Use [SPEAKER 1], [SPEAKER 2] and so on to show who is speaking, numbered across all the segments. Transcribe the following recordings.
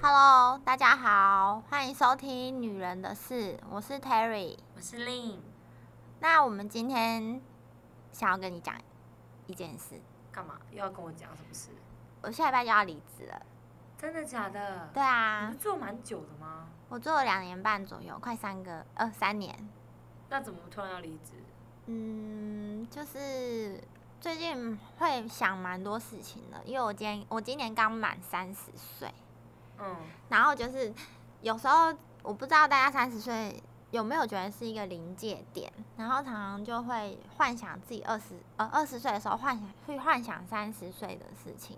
[SPEAKER 1] Hello，大家好，欢迎收听《女人的事》，我是 Terry。
[SPEAKER 2] 我是 Lin，
[SPEAKER 1] 那我们今天想要跟你讲一件事，
[SPEAKER 2] 干嘛又要跟我讲什么事？
[SPEAKER 1] 我下礼拜就要离职了。
[SPEAKER 2] 真的假的？
[SPEAKER 1] 对
[SPEAKER 2] 你
[SPEAKER 1] 啊
[SPEAKER 2] 不，做蛮久的吗？
[SPEAKER 1] 我做了两年半左右，快三个，呃，三年。
[SPEAKER 2] 那怎么突然要离职？
[SPEAKER 1] 嗯，就是最近会想蛮多事情的，因为我今天我今年刚满三十岁，
[SPEAKER 2] 嗯，
[SPEAKER 1] 然后就是有时候我不知道大家三十岁有没有觉得是一个临界点，然后常常就会幻想自己二十呃二十岁的时候幻想会幻想三十岁的事情。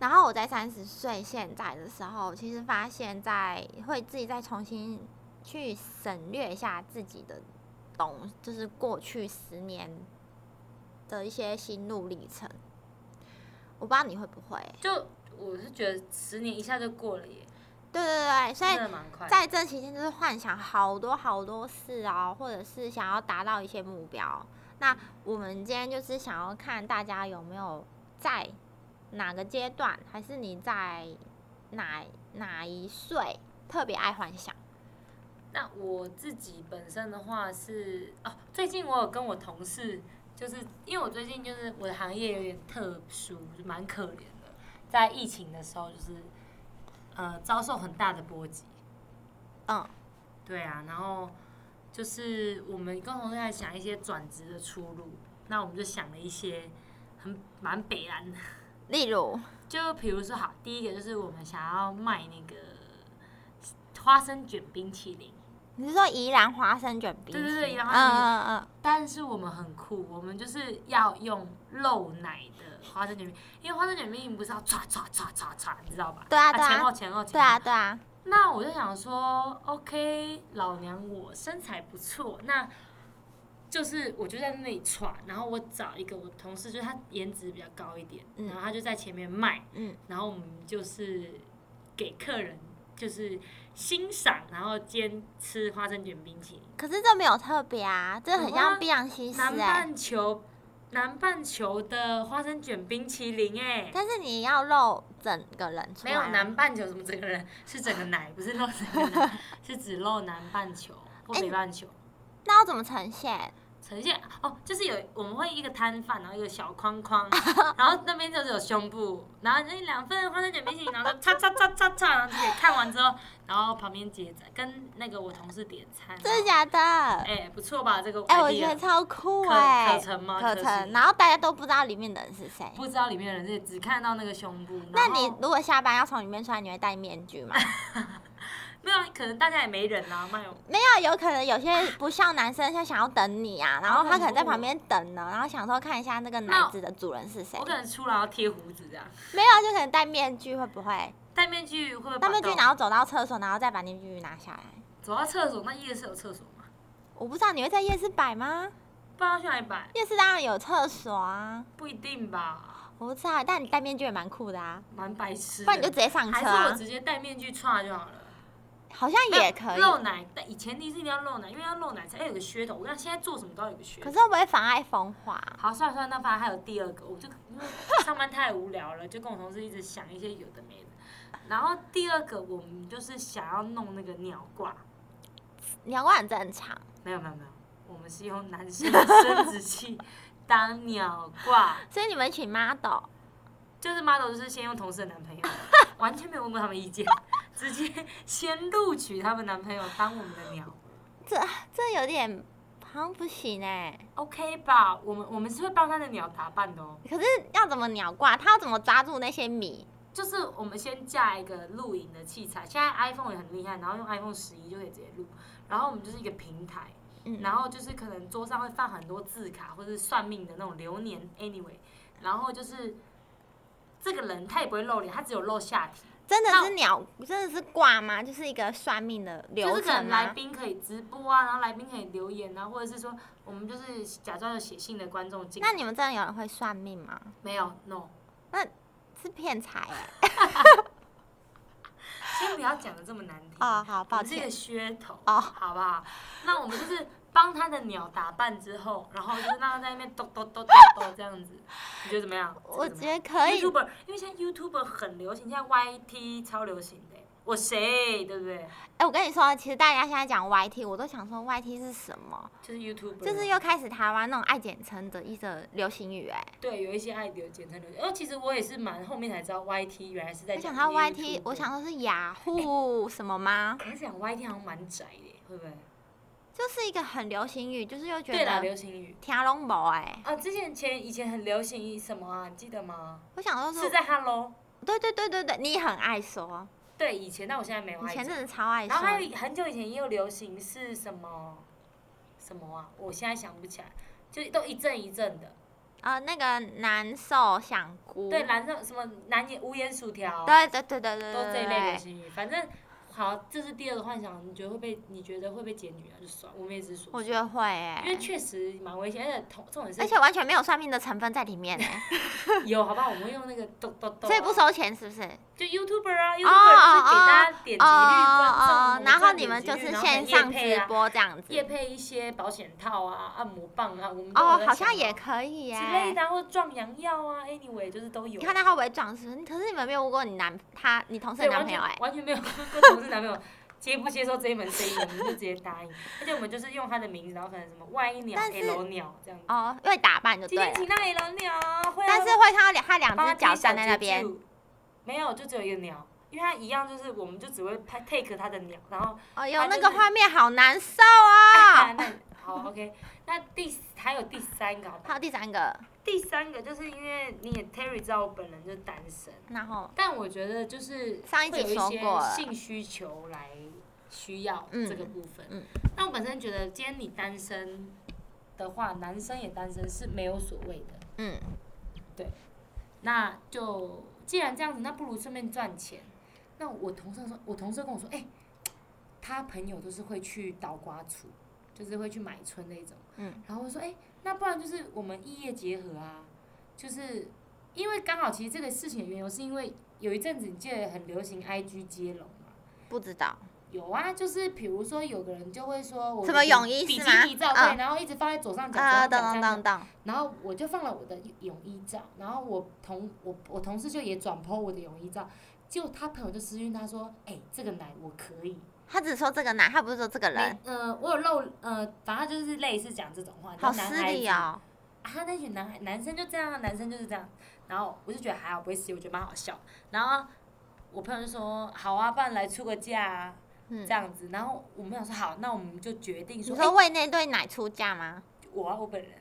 [SPEAKER 1] 然后我在三十岁现在的时候，其实发现在会自己再重新去省略一下自己的东，就是过去十年的一些心路历程。我不知道你会不会欸、
[SPEAKER 2] 就我是觉得十年一下就过了耶，
[SPEAKER 1] 对对对，所以
[SPEAKER 2] 真的蛮快。
[SPEAKER 1] 在这期间，就是幻想好多好多事啊，或者是想要达到一些目标。那我们今天就是想要看大家有没有在哪个阶段，还是你在哪哪一岁特别爱幻想？
[SPEAKER 2] 那我自己本身的话是哦，最近我有跟我同事，就是因为我最近就是我的行业有点特殊，就蛮可怜的，在疫情的时候就是呃遭受很大的波及。
[SPEAKER 1] 嗯，
[SPEAKER 2] 对啊，然后就是我们共同在想一些转职的出路，那我们就想了一些很蛮北蓝的，
[SPEAKER 1] 例如，
[SPEAKER 2] 就比如说好，第一个就是我们想要卖那个花生卷冰淇淋，
[SPEAKER 1] 你是说宜兰花生卷冰淇
[SPEAKER 2] 对
[SPEAKER 1] 淋？
[SPEAKER 2] 对对宜兰花生卷
[SPEAKER 1] 嗯嗯嗯，
[SPEAKER 2] 但是我们很酷，我们就是要用漏奶的花生卷冰，因为花生卷冰淇淋不是要唰唰唰唰唰，你知道吧？
[SPEAKER 1] 对啊对啊，
[SPEAKER 2] 前后前后前后
[SPEAKER 1] 对啊对啊，
[SPEAKER 2] 那我就想说，OK，老娘我身材不错，那就是我就在那里耍，然后我找一个我同事，就是他颜值比较高一点，
[SPEAKER 1] 嗯
[SPEAKER 2] 然后他就在前面卖，
[SPEAKER 1] 嗯，
[SPEAKER 2] 然后我们就是给客人就是欣赏，然后兼吃花生卷冰淇淋。
[SPEAKER 1] 可是这没有特别啊，这很
[SPEAKER 2] 有啊
[SPEAKER 1] 像碧昂西斯
[SPEAKER 2] 南
[SPEAKER 1] 哎、
[SPEAKER 2] 半球，南半球的花生卷冰淇淋、欸，哎。
[SPEAKER 1] 但是你要露整个人出
[SPEAKER 2] 没
[SPEAKER 1] 来
[SPEAKER 2] 有
[SPEAKER 1] 啊，
[SPEAKER 2] 南半球什么整个人是整个奶，不是露整个奶， 是指露南半球或
[SPEAKER 1] 哎
[SPEAKER 2] 北半球。
[SPEAKER 1] 那要怎么呈现？
[SPEAKER 2] 呈现哦，就是有我们会一个摊贩，然后一个小 框框，然后那边就是有胸部，然后那两份花生卷冰淇淋，然后就叉叉叉叉叉，然后自己看完之后，然后旁边结账，跟那个我同事点餐。
[SPEAKER 1] 真的假的？哎、
[SPEAKER 2] 哎、不错吧？这个
[SPEAKER 1] 我觉
[SPEAKER 2] idea
[SPEAKER 1] 得超酷
[SPEAKER 2] 可
[SPEAKER 1] 哎、
[SPEAKER 2] 可成吗？
[SPEAKER 1] 可成，
[SPEAKER 2] 行
[SPEAKER 1] 然后大家都不知道里面的人是谁。
[SPEAKER 2] 不知道里面的人是只看到那个胸部。
[SPEAKER 1] 那
[SPEAKER 2] 然后
[SPEAKER 1] 你如果下班要从里面出来，你会戴面具吗？
[SPEAKER 2] 没有？啊可能大家也没人啦、啊，没有。
[SPEAKER 1] 没有，有可能有些不笑男生他想要等你啊，然后
[SPEAKER 2] 哦
[SPEAKER 1] 他可能在旁边等呢，然后想说看一下那个奶子的主人是谁
[SPEAKER 2] 我。可能出来要贴胡子这样，
[SPEAKER 1] 没有，就可能戴面具会不会？
[SPEAKER 2] 戴面具会不会
[SPEAKER 1] 戴
[SPEAKER 2] 把
[SPEAKER 1] 面具，
[SPEAKER 2] 洞
[SPEAKER 1] 然后走到厕所，然后再把面具拿下来。
[SPEAKER 2] 走到厕所，那夜市有厕所吗？
[SPEAKER 1] 我不知道你会在夜市摆吗？
[SPEAKER 2] 不然要去哪里摆？
[SPEAKER 1] 夜市当然有厕所啊，
[SPEAKER 2] 不一定吧。
[SPEAKER 1] 我不知道，但你戴面具也蛮酷的啊，
[SPEAKER 2] 蛮白痴的。
[SPEAKER 1] 不然你就直接上
[SPEAKER 2] 还
[SPEAKER 1] 车
[SPEAKER 2] 是我
[SPEAKER 1] 啊，
[SPEAKER 2] 直接戴面具串就好了。
[SPEAKER 1] 好像也可以。
[SPEAKER 2] 露奶，但以前提是一定要露奶，因为要露奶才有个噱头。我看现在做什么都要有个噱
[SPEAKER 1] 可
[SPEAKER 2] 头。
[SPEAKER 1] 是会不会妨碍风化？啊
[SPEAKER 2] 好，算了算了，那反正还有第二个，我就因为上班太无聊了，就跟我同事一直想一些有的没的。然后第二个，我们就是想要弄那个鸟挂，
[SPEAKER 1] 鸟冠很正常，
[SPEAKER 2] 没有没有没有，我们是用男性的生殖器当鸟挂，
[SPEAKER 1] 所以你们一群 model
[SPEAKER 2] 就是 model 就是先用同事的男朋友，完全没有问过他们意见， 直接先录取他们男朋友当我们的鸟
[SPEAKER 1] 这有点好像不行哎、
[SPEAKER 2] OK 吧，我们我们是会帮他的鸟打扮的哦。
[SPEAKER 1] 可是要怎么鸟挂？他要怎么抓住那些米？
[SPEAKER 2] 就是我们先架一个录影的器材，现在 iPhone 也很厉害，然后用 iPhone 十一就可以直接录。然后我们就是一个平台，
[SPEAKER 1] 嗯，
[SPEAKER 2] 然后就是可能桌上会放很多字卡或者是算命的那种流年，anyway，然后就是这个人他也不会露脸，他只有露下体，
[SPEAKER 1] 真的
[SPEAKER 2] 那
[SPEAKER 1] 是鸟，真的是挂吗？就是一个算命的
[SPEAKER 2] 就
[SPEAKER 1] 流
[SPEAKER 2] 是可
[SPEAKER 1] 程啊
[SPEAKER 2] 能来
[SPEAKER 1] 吗？
[SPEAKER 2] 宾可以直播啊，然后来宾可以留言啊，或者是说我们就是假装有写信的观众进来。
[SPEAKER 1] 那你们真的有人会算命吗？
[SPEAKER 2] 没有，no，
[SPEAKER 1] 是骗财 哎、
[SPEAKER 2] 先不要讲的这么难听
[SPEAKER 1] 哦，好，抱
[SPEAKER 2] 我们是一
[SPEAKER 1] 歉。
[SPEAKER 2] 个噱头
[SPEAKER 1] 哦
[SPEAKER 2] 好不好？那我们就是帮他的鸟打扮之后，然后就让它在那边咚咚咚咚咚这样子，你觉得怎么样？
[SPEAKER 1] 我
[SPEAKER 2] 这个怎么
[SPEAKER 1] 觉
[SPEAKER 2] 样
[SPEAKER 1] 得可以，
[SPEAKER 2] YouTuber，因为现在 YouTuber 很流行，现在 YT 超流行的欸，我谁对不对？
[SPEAKER 1] 哎、我跟你说，其实大家现在讲 YT，我都想说 YT 是什么，
[SPEAKER 2] 就是 YouTuber，
[SPEAKER 1] 就是又开始台湾那种爱简称的一个流行语、哎，
[SPEAKER 2] 对有一些爱流简称流行。哦，其实我也是蛮后面才知道 YT 原来是在
[SPEAKER 1] 我
[SPEAKER 2] 讲
[SPEAKER 1] 想到
[SPEAKER 2] 这些
[SPEAKER 1] YT，
[SPEAKER 2] YouTuber
[SPEAKER 1] 我想说是雅虎什么吗？
[SPEAKER 2] 可是讲 YT 好像蛮窄的欸，会不会？
[SPEAKER 1] 就是一个很流行语，就是又觉
[SPEAKER 2] 对啦，
[SPEAKER 1] 得
[SPEAKER 2] 流行语。
[SPEAKER 1] 天龙宝哎，
[SPEAKER 2] 啊，之前前以前很流行什么啊？你记得吗？
[SPEAKER 1] 我想说
[SPEAKER 2] 是
[SPEAKER 1] 是，
[SPEAKER 2] 在 Hello。
[SPEAKER 1] 对对对对对，你很爱说，
[SPEAKER 2] 对，以前，但我现在没有
[SPEAKER 1] 以
[SPEAKER 2] 爱
[SPEAKER 1] 前真
[SPEAKER 2] 讲。
[SPEAKER 1] 的超爱
[SPEAKER 2] 然后还
[SPEAKER 1] 说，
[SPEAKER 2] 有很久以前也有流行是什么什么啊？我现在想不起来，就都一阵一阵的。
[SPEAKER 1] 呃，那个难受想哭，
[SPEAKER 2] 对，蓝色什么蓝眼无眼薯条，
[SPEAKER 1] 嗯对对对对对
[SPEAKER 2] 都
[SPEAKER 1] 对
[SPEAKER 2] 这一类流
[SPEAKER 1] 对，
[SPEAKER 2] 行语。反正好，这是第二个幻想，你觉得会被你觉得会被检举啊？就算了，我们也只是说
[SPEAKER 1] 我
[SPEAKER 2] 说，
[SPEAKER 1] 觉得会哎、
[SPEAKER 2] 因为确实蛮危险，而且同重点
[SPEAKER 1] 而
[SPEAKER 2] 是
[SPEAKER 1] 且完全没有算命的成分在里面 哎、
[SPEAKER 2] 有好不好？我们会用那个咚咚咚啊，
[SPEAKER 1] 所以不收钱是不是？
[SPEAKER 2] 就 YouTuber 啊，YouTuber
[SPEAKER 1] 哦
[SPEAKER 2] 就是给大家点击率、观众，
[SPEAKER 1] 然后你们就是线上直
[SPEAKER 2] 夜
[SPEAKER 1] 播这样子。
[SPEAKER 2] 夜啊配一些保险套啊、按摩棒啊，我们都有
[SPEAKER 1] 哦，
[SPEAKER 2] 在
[SPEAKER 1] 好
[SPEAKER 2] 想
[SPEAKER 1] 像
[SPEAKER 2] 啊
[SPEAKER 1] 也可以耶。
[SPEAKER 2] 之类的啊，或者壮阳药啊，anyway 就是都有。
[SPEAKER 1] 你看他会不会撞是不是？可是你们没有问过你男他你同事
[SPEAKER 2] 对
[SPEAKER 1] 的男
[SPEAKER 2] 完
[SPEAKER 1] 朋友
[SPEAKER 2] 全
[SPEAKER 1] 哎、
[SPEAKER 2] 完全没有 跟同事男朋友 接不接受这一门生意，我们就直接答应。而且我们就是用他的名字，然后可能什么万一鸟、
[SPEAKER 1] 但是
[SPEAKER 2] L 鸟这样子。
[SPEAKER 1] 哦，因为打扮就
[SPEAKER 2] 今
[SPEAKER 1] 对
[SPEAKER 2] 天
[SPEAKER 1] 了
[SPEAKER 2] 请。到 L 鸟，会啊
[SPEAKER 1] 但是会看到两他两
[SPEAKER 2] 帮他
[SPEAKER 1] 只脚
[SPEAKER 2] 贴小
[SPEAKER 1] 站在那
[SPEAKER 2] 结
[SPEAKER 1] 边，
[SPEAKER 2] 束。没有，就只有一个鸟，因为它一样就是，我们就只会拍 take 它的鸟，然后
[SPEAKER 1] 哎呦
[SPEAKER 2] 他，就
[SPEAKER 1] 那
[SPEAKER 2] 是
[SPEAKER 1] 个画面好难受啊、
[SPEAKER 2] 那好 OK，那第四还有第三个好不
[SPEAKER 1] 还
[SPEAKER 2] 好，
[SPEAKER 1] 有第三个，
[SPEAKER 2] 第三个就是因为你也 Terry 知道我本人就是单身，
[SPEAKER 1] 然后
[SPEAKER 2] 但我觉得就是
[SPEAKER 1] 上一集
[SPEAKER 2] 会有一
[SPEAKER 1] 说
[SPEAKER 2] 些
[SPEAKER 1] 过了
[SPEAKER 2] 性需求来需要
[SPEAKER 1] 嗯
[SPEAKER 2] 这个部分。
[SPEAKER 1] 嗯
[SPEAKER 2] 那我本身觉得，今天你单身的话，男生也单身是没有所谓的。
[SPEAKER 1] 嗯，
[SPEAKER 2] 那就既然这样子，那不如顺便赚钱。那我同事说，我同事跟我说，哎、他朋友都是会去倒瓜处，就是会去买春那种。
[SPEAKER 1] 嗯。
[SPEAKER 2] 然后我说，哎、那不然就是我们异业结合啊，就是因为刚好其实这个事情的缘由是因为有一阵子你记得很流行 IG 接龙嘛。
[SPEAKER 1] 不知道，
[SPEAKER 2] 有啊，就是比如说有个人就会说我
[SPEAKER 1] 什么
[SPEAKER 2] 比
[SPEAKER 1] 泳衣
[SPEAKER 2] 比
[SPEAKER 1] 是
[SPEAKER 2] 基
[SPEAKER 1] 吗
[SPEAKER 2] 尼照
[SPEAKER 1] 嗯
[SPEAKER 2] 对，然后一直放在左上角，左
[SPEAKER 1] 啊，
[SPEAKER 2] 上角
[SPEAKER 1] 等
[SPEAKER 2] 这
[SPEAKER 1] 等
[SPEAKER 2] 样
[SPEAKER 1] 等等，
[SPEAKER 2] 然后我就放了我的泳衣照，然后我同我我同事就也转 po 我的泳衣照，结果他朋友就私讯他说，哎、这个奶我可以，
[SPEAKER 1] 他只说这个男，他不是说这个人
[SPEAKER 2] 没，呃，我有漏呃，反正就是类似讲这种话，
[SPEAKER 1] 好
[SPEAKER 2] 然后男
[SPEAKER 1] 失
[SPEAKER 2] 孩
[SPEAKER 1] 礼
[SPEAKER 2] 子
[SPEAKER 1] 哦。
[SPEAKER 2] 啊，他那群男孩男生就这样啊，男生就是这样。然后我就觉得还好，不会死，我觉得蛮好笑。然后我朋友就说：“好啊，不然来出个价啊，
[SPEAKER 1] 嗯
[SPEAKER 2] 这样子。”然后我们想说：“好，那我们就决定
[SPEAKER 1] 你
[SPEAKER 2] 说，
[SPEAKER 1] 说
[SPEAKER 2] 哎，
[SPEAKER 1] 为那对奶出价吗？
[SPEAKER 2] 我啊，我 本人，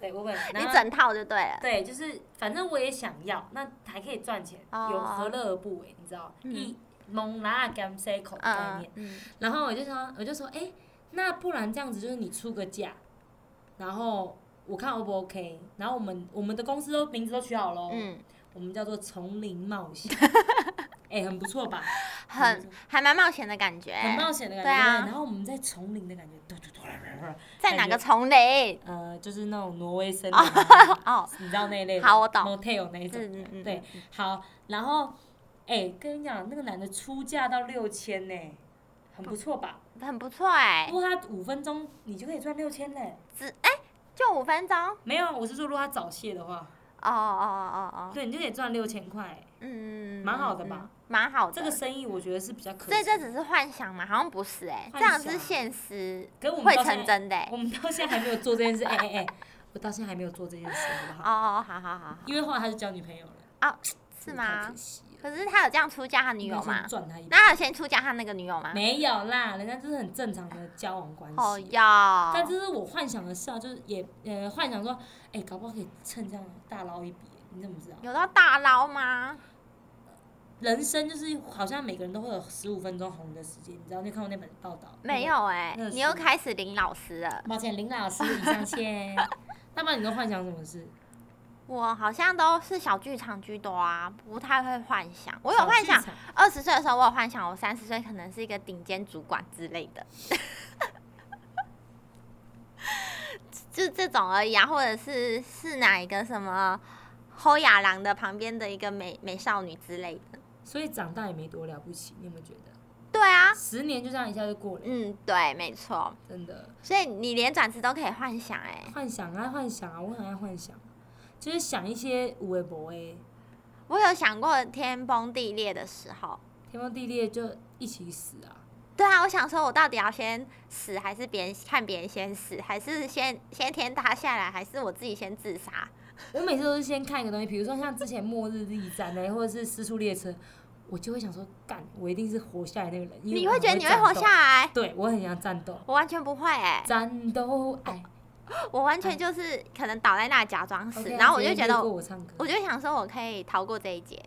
[SPEAKER 2] 对我本人，
[SPEAKER 1] 你
[SPEAKER 2] 然后
[SPEAKER 1] 整套就对了。
[SPEAKER 2] 对，就是反正我也想要，那还可以赚钱，
[SPEAKER 1] 哦
[SPEAKER 2] 有何乐而不为？你知道，
[SPEAKER 1] 嗯
[SPEAKER 2] 一蒙拿甘塞口的概
[SPEAKER 1] 嗯
[SPEAKER 2] 念。
[SPEAKER 1] 嗯，
[SPEAKER 2] 然后我就想，我就说：“哎，那不然这样子，就是你出个价，然后。”我看 O 不 OK，然后我们我们的公司都名字都取好喽，哦
[SPEAKER 1] 嗯，
[SPEAKER 2] 我们叫做丛林 冒险，哎、很不错吧？
[SPEAKER 1] 很还蛮冒险的感觉。
[SPEAKER 2] 嗯很冒险的感觉，
[SPEAKER 1] 对啊
[SPEAKER 2] 不然后我们在丛林的感觉，嘟嘟嘟嘟嘟嘟
[SPEAKER 1] 在哪个丛林？
[SPEAKER 2] 呃，就是那种挪威森林啊，
[SPEAKER 1] 哦，
[SPEAKER 2] 你知道那一类的，
[SPEAKER 1] 好我懂
[SPEAKER 2] ，motel 那一种。
[SPEAKER 1] 嗯嗯，
[SPEAKER 2] 对，好，然后，哎、跟你讲，那个男的出价到六千呢，很不错吧？
[SPEAKER 1] 嗯很不错哎
[SPEAKER 2] 如，果他五分钟，你就可以赚六千嘞。
[SPEAKER 1] 只哎就五分钟。哦
[SPEAKER 2] 没有，我是说，如果他早泄的话，
[SPEAKER 1] 哦哦哦哦，
[SPEAKER 2] 对，你就可以赚六千块。
[SPEAKER 1] 嗯，
[SPEAKER 2] 蛮好的吧
[SPEAKER 1] 嗯？嗯蛮好的。
[SPEAKER 2] 这个生意我觉得是比较可
[SPEAKER 1] 所以
[SPEAKER 2] 惜
[SPEAKER 1] 这
[SPEAKER 2] 的。
[SPEAKER 1] 只是幻想嘛？好像不是哎，
[SPEAKER 2] 幻
[SPEAKER 1] 这
[SPEAKER 2] 想
[SPEAKER 1] 样是现实
[SPEAKER 2] 可是我们
[SPEAKER 1] 会
[SPEAKER 2] 到现
[SPEAKER 1] 成
[SPEAKER 2] 在
[SPEAKER 1] 真的哎。
[SPEAKER 2] 我们到现在还没有做 这件事，哎哎哎，我到现在还没有做这件事，好不
[SPEAKER 1] 哦
[SPEAKER 2] 好？
[SPEAKER 1] 哦，好好好好，
[SPEAKER 2] 因为后来他就交女朋友了，
[SPEAKER 1] 是
[SPEAKER 2] 太
[SPEAKER 1] 吗
[SPEAKER 2] 可？惜了，
[SPEAKER 1] 可是他有这样出价他女友
[SPEAKER 2] 应该
[SPEAKER 1] 吗
[SPEAKER 2] 先？赚他一笔，
[SPEAKER 1] 那他有先出价他那个女友吗？
[SPEAKER 2] 没有啦，人家就是很正常的交往关
[SPEAKER 1] 啊哦
[SPEAKER 2] 系。
[SPEAKER 1] 要，
[SPEAKER 2] 但这是我幻想的事啊，就是也呃幻想说，哎，搞不好可以趁这样大捞一笔，你怎么知道？
[SPEAKER 1] 有到大捞吗？
[SPEAKER 2] 人生就是好像每个人都会有十五分钟红的时间，你知道？你有看过那本报道？
[SPEAKER 1] 没。有哎、
[SPEAKER 2] 那个
[SPEAKER 1] 你
[SPEAKER 2] 是
[SPEAKER 1] 又开始林老师了。
[SPEAKER 2] 抱歉，林老师已上 线。那么你都幻想什么事？
[SPEAKER 1] 我好像都是小剧场居多啊，不太会幻想。我有
[SPEAKER 2] 小
[SPEAKER 1] 幻
[SPEAKER 2] 剧
[SPEAKER 1] 想，
[SPEAKER 2] 场
[SPEAKER 1] 二十岁的时候我有幻想，我三十岁可能是一个顶尖主管之类的，就这种而已啊，或者是是哪一个什么侯亚郎的旁边的一个美美少女之类的。
[SPEAKER 2] 所以长大也没多了不起，你有没有觉得？
[SPEAKER 1] 对啊，
[SPEAKER 2] 十年就这样一下就过了，
[SPEAKER 1] 嗯，对，没错。
[SPEAKER 2] 真的。
[SPEAKER 1] 所以你连转职都可以幻想、哎，
[SPEAKER 2] 幻想啊，幻想啊，我很爱幻想，就是想一些无为不为，
[SPEAKER 1] 我有想过天崩地裂的时候。
[SPEAKER 2] 天崩地裂就一起死啊。
[SPEAKER 1] 对啊，我想说，我到底要先死，还是别人看别人先死，还是先先天塌下来，还是我自己先自杀？
[SPEAKER 2] 我每次都是先看一个东西，比如说像之前《末日力战》呢，或者是《失速列车》，我就会想说，干，我一定是活下来那个人。因为
[SPEAKER 1] 你
[SPEAKER 2] 我
[SPEAKER 1] 会
[SPEAKER 2] 很
[SPEAKER 1] 觉得你会
[SPEAKER 2] 战
[SPEAKER 1] 活
[SPEAKER 2] 斗
[SPEAKER 1] 下？来？
[SPEAKER 2] 对，我很想战斗，
[SPEAKER 1] 我完全不会哎、
[SPEAKER 2] 战斗爱。
[SPEAKER 1] 我完全就是可能倒在那里假装死
[SPEAKER 2] 嗯 OK，
[SPEAKER 1] 然后我
[SPEAKER 2] 直接
[SPEAKER 1] 就觉
[SPEAKER 2] 略
[SPEAKER 1] 得
[SPEAKER 2] 过
[SPEAKER 1] 我，
[SPEAKER 2] 我唱歌，
[SPEAKER 1] 我就想说我可以逃过这一劫。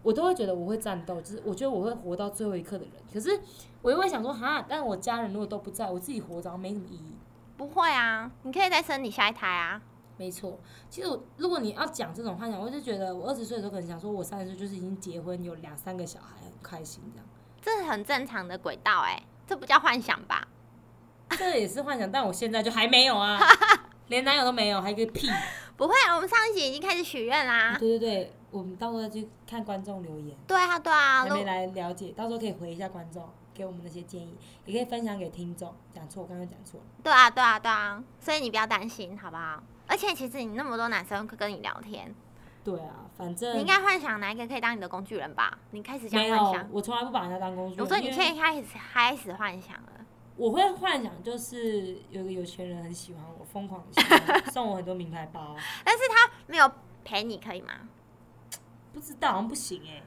[SPEAKER 2] 我都会觉得我会战斗，就是我觉得我会活到最后一刻的人。可是我又会想说，哈，但我家人如果都不在，我自己活着好像没什么意义。
[SPEAKER 1] 不会啊，你可以再生你下一胎啊。
[SPEAKER 2] 没错，其实我如果你要讲这种幻想，我就觉得我二十岁的时候可能想说，我三十岁就是已经结婚，有两三个小孩，很开心这样。
[SPEAKER 1] 这很正常的轨道哎、这不叫幻想吧？
[SPEAKER 2] 这也是幻想，但我现在就还没 有啊，连男友都没有，还有一个屁。
[SPEAKER 1] 不会，啊我们上一集已经开始许愿啦。
[SPEAKER 2] 对对对，我们到时候再去看观众留言，
[SPEAKER 1] 对啊，对啊，
[SPEAKER 2] 还
[SPEAKER 1] 如
[SPEAKER 2] 没来了解，到时候可以回一下观众给我们那些建议，也可以分享给听众。讲错，我刚刚讲错了。
[SPEAKER 1] 对啊，对啊，对啊，所以你不要担心，好不好？而且其实你那么多男生跟你聊天，
[SPEAKER 2] 对啊，反
[SPEAKER 1] 你
[SPEAKER 2] 正
[SPEAKER 1] 应该幻想哪一个可以当你的工具人吧？你开始这
[SPEAKER 2] 没
[SPEAKER 1] 样幻
[SPEAKER 2] 有
[SPEAKER 1] 想，，
[SPEAKER 2] 我从来不把人家当工具人。
[SPEAKER 1] 我说你
[SPEAKER 2] 因为
[SPEAKER 1] 可以开始开始幻想了。
[SPEAKER 2] 我会幻想，就是有个有钱人很喜欢我，疯狂的喜欢我，送我很多名牌包。
[SPEAKER 1] 没有陪你可以吗？
[SPEAKER 2] 不知道，好像不行哎、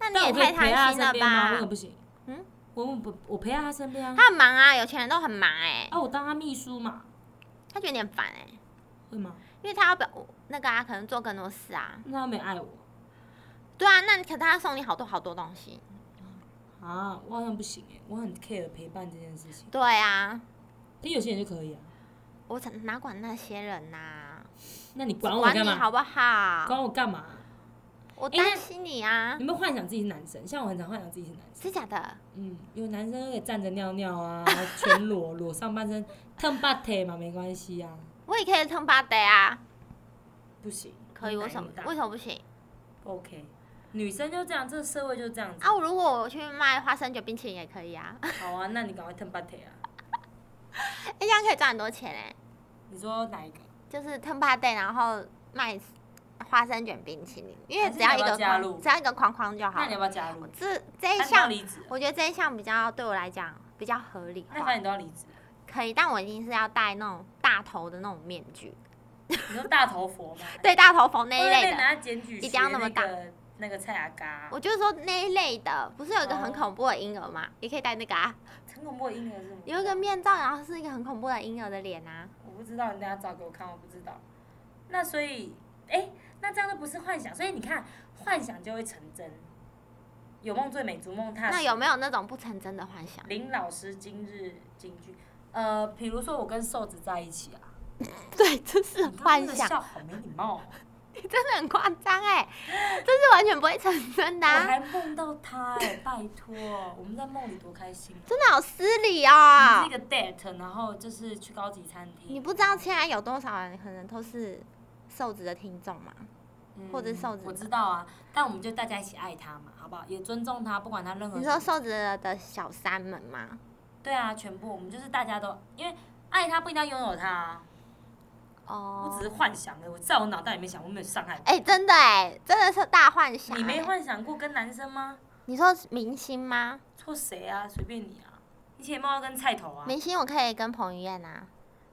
[SPEAKER 1] 那你
[SPEAKER 2] 但
[SPEAKER 1] 也
[SPEAKER 2] 我可以
[SPEAKER 1] 太
[SPEAKER 2] 陪在他
[SPEAKER 1] 贪心
[SPEAKER 2] 身
[SPEAKER 1] 了
[SPEAKER 2] 边吗？为什么
[SPEAKER 1] 吧？
[SPEAKER 2] 不行？
[SPEAKER 1] 嗯，
[SPEAKER 2] 我不，我陪在他身边啊。
[SPEAKER 1] 他很忙啊，有钱人都很忙哎、
[SPEAKER 2] 啊，我当他秘书嘛，
[SPEAKER 1] 他觉得你很烦哎、
[SPEAKER 2] 会吗？
[SPEAKER 1] 因为他要表那个啊，可能做更多事啊。
[SPEAKER 2] 那他没爱我
[SPEAKER 1] 对啊，那你可他送你好多好多东西。
[SPEAKER 2] 啊，我好像不行哎、我很 care 陪伴这件事情。
[SPEAKER 1] 对啊，
[SPEAKER 2] 可有些人就可以啊，
[SPEAKER 1] 我才哪管那些人呐、
[SPEAKER 2] 那你管我
[SPEAKER 1] 管
[SPEAKER 2] 干
[SPEAKER 1] 你
[SPEAKER 2] 嘛？
[SPEAKER 1] 好不好？
[SPEAKER 2] 管我干嘛、
[SPEAKER 1] 我
[SPEAKER 2] 哎那
[SPEAKER 1] 担心你啊
[SPEAKER 2] 你，有没有幻想自己是男生？像我很常幻想自己是男生，
[SPEAKER 1] 是假的？
[SPEAKER 2] 嗯，有男生可以站着尿尿啊， 全裸裸上半身，烫把腿嘛，没关系啊。
[SPEAKER 1] 我也可以蹭八 day 啊，
[SPEAKER 2] 不行，
[SPEAKER 1] 可以，为什么为什么不行
[SPEAKER 2] OK，女生就这样，这个社会就这样子。
[SPEAKER 1] 啊？我如果我去卖花生酒冰淇淋也可以啊，
[SPEAKER 2] 好啊，那你赶快 turn back 啊！
[SPEAKER 1] 哎，这样可以赚很多钱哎、
[SPEAKER 2] 你说哪一个？
[SPEAKER 1] 就是蹭八 day，然后卖花生卷冰淇淋，因为只要一个
[SPEAKER 2] 还是你要不要加入
[SPEAKER 1] 框，只要一个框框就好
[SPEAKER 2] 那你要
[SPEAKER 1] 了。
[SPEAKER 2] 不要加入？
[SPEAKER 1] 这这一
[SPEAKER 2] 那你要
[SPEAKER 1] 项，
[SPEAKER 2] 离职了，
[SPEAKER 1] 我觉得这一项比较对我来讲比较合理
[SPEAKER 2] 那
[SPEAKER 1] 化
[SPEAKER 2] 反，正你都要离职了。
[SPEAKER 1] 可以，但我一定是要戴那种大头的那种面具，
[SPEAKER 2] 你说大头佛嘛？
[SPEAKER 1] 对，大头佛那
[SPEAKER 2] 会
[SPEAKER 1] 一
[SPEAKER 2] 不会
[SPEAKER 1] 类
[SPEAKER 2] 被
[SPEAKER 1] 的。
[SPEAKER 2] 拿来检举
[SPEAKER 1] 一定
[SPEAKER 2] 学
[SPEAKER 1] 要那么大
[SPEAKER 2] 个那个蔡雅嘎，
[SPEAKER 1] 我就是说那一类的，不是有一个很
[SPEAKER 2] 哦
[SPEAKER 1] 恐怖的婴儿吗？也可以戴那个啊，
[SPEAKER 2] 成功不会婴儿是吗？
[SPEAKER 1] 有一个面罩，然后是一个很恐怖的婴儿的脸啊。
[SPEAKER 2] 我不知道，你等下找给我看，我不知道。那所以，哎、那这样就不是幻想，所以你看，幻想就会成真。有梦最美，逐梦踏实。
[SPEAKER 1] 那有没有那种不成真的幻想？
[SPEAKER 2] 林老师今日金句，呃，比如说我跟瘦子在一起啊，
[SPEAKER 1] 对，这是
[SPEAKER 2] 你看
[SPEAKER 1] 幻
[SPEAKER 2] 那个
[SPEAKER 1] 想，
[SPEAKER 2] 笑好没礼 貌、哦。
[SPEAKER 1] 真的很夸张哎，这是完全不会成真的、
[SPEAKER 2] 我
[SPEAKER 1] 啊，
[SPEAKER 2] 还梦到他哎、拜托，我们在梦里多开心。
[SPEAKER 1] 真的好失礼
[SPEAKER 2] 啊！
[SPEAKER 1] 啊、
[SPEAKER 2] 一个 date，然后就是去高级餐厅，
[SPEAKER 1] 你不知道现在有多少人可能都是瘦子的听众吗？
[SPEAKER 2] 嗯
[SPEAKER 1] 或者是瘦子
[SPEAKER 2] 我知道啊，但我们就大家一起爱他嘛，好不好？也尊重他，不管他任何。
[SPEAKER 1] 你说瘦子的小三们吗？
[SPEAKER 2] 对啊，全部我们就是大家都，因为爱他不一定要拥有他、啊，我
[SPEAKER 1] 哦
[SPEAKER 2] 只，是幻想的，我在我脑袋里面想，我没有伤害你。
[SPEAKER 1] 哎、真的哎、真的是大幻想、
[SPEAKER 2] 你没
[SPEAKER 1] 哎
[SPEAKER 2] 幻想过跟男生吗？
[SPEAKER 1] 你说明星吗？
[SPEAKER 2] 错谁啊？随便你啊！你前梦到跟菜头啊，
[SPEAKER 1] 明星我可以跟彭于晏啊，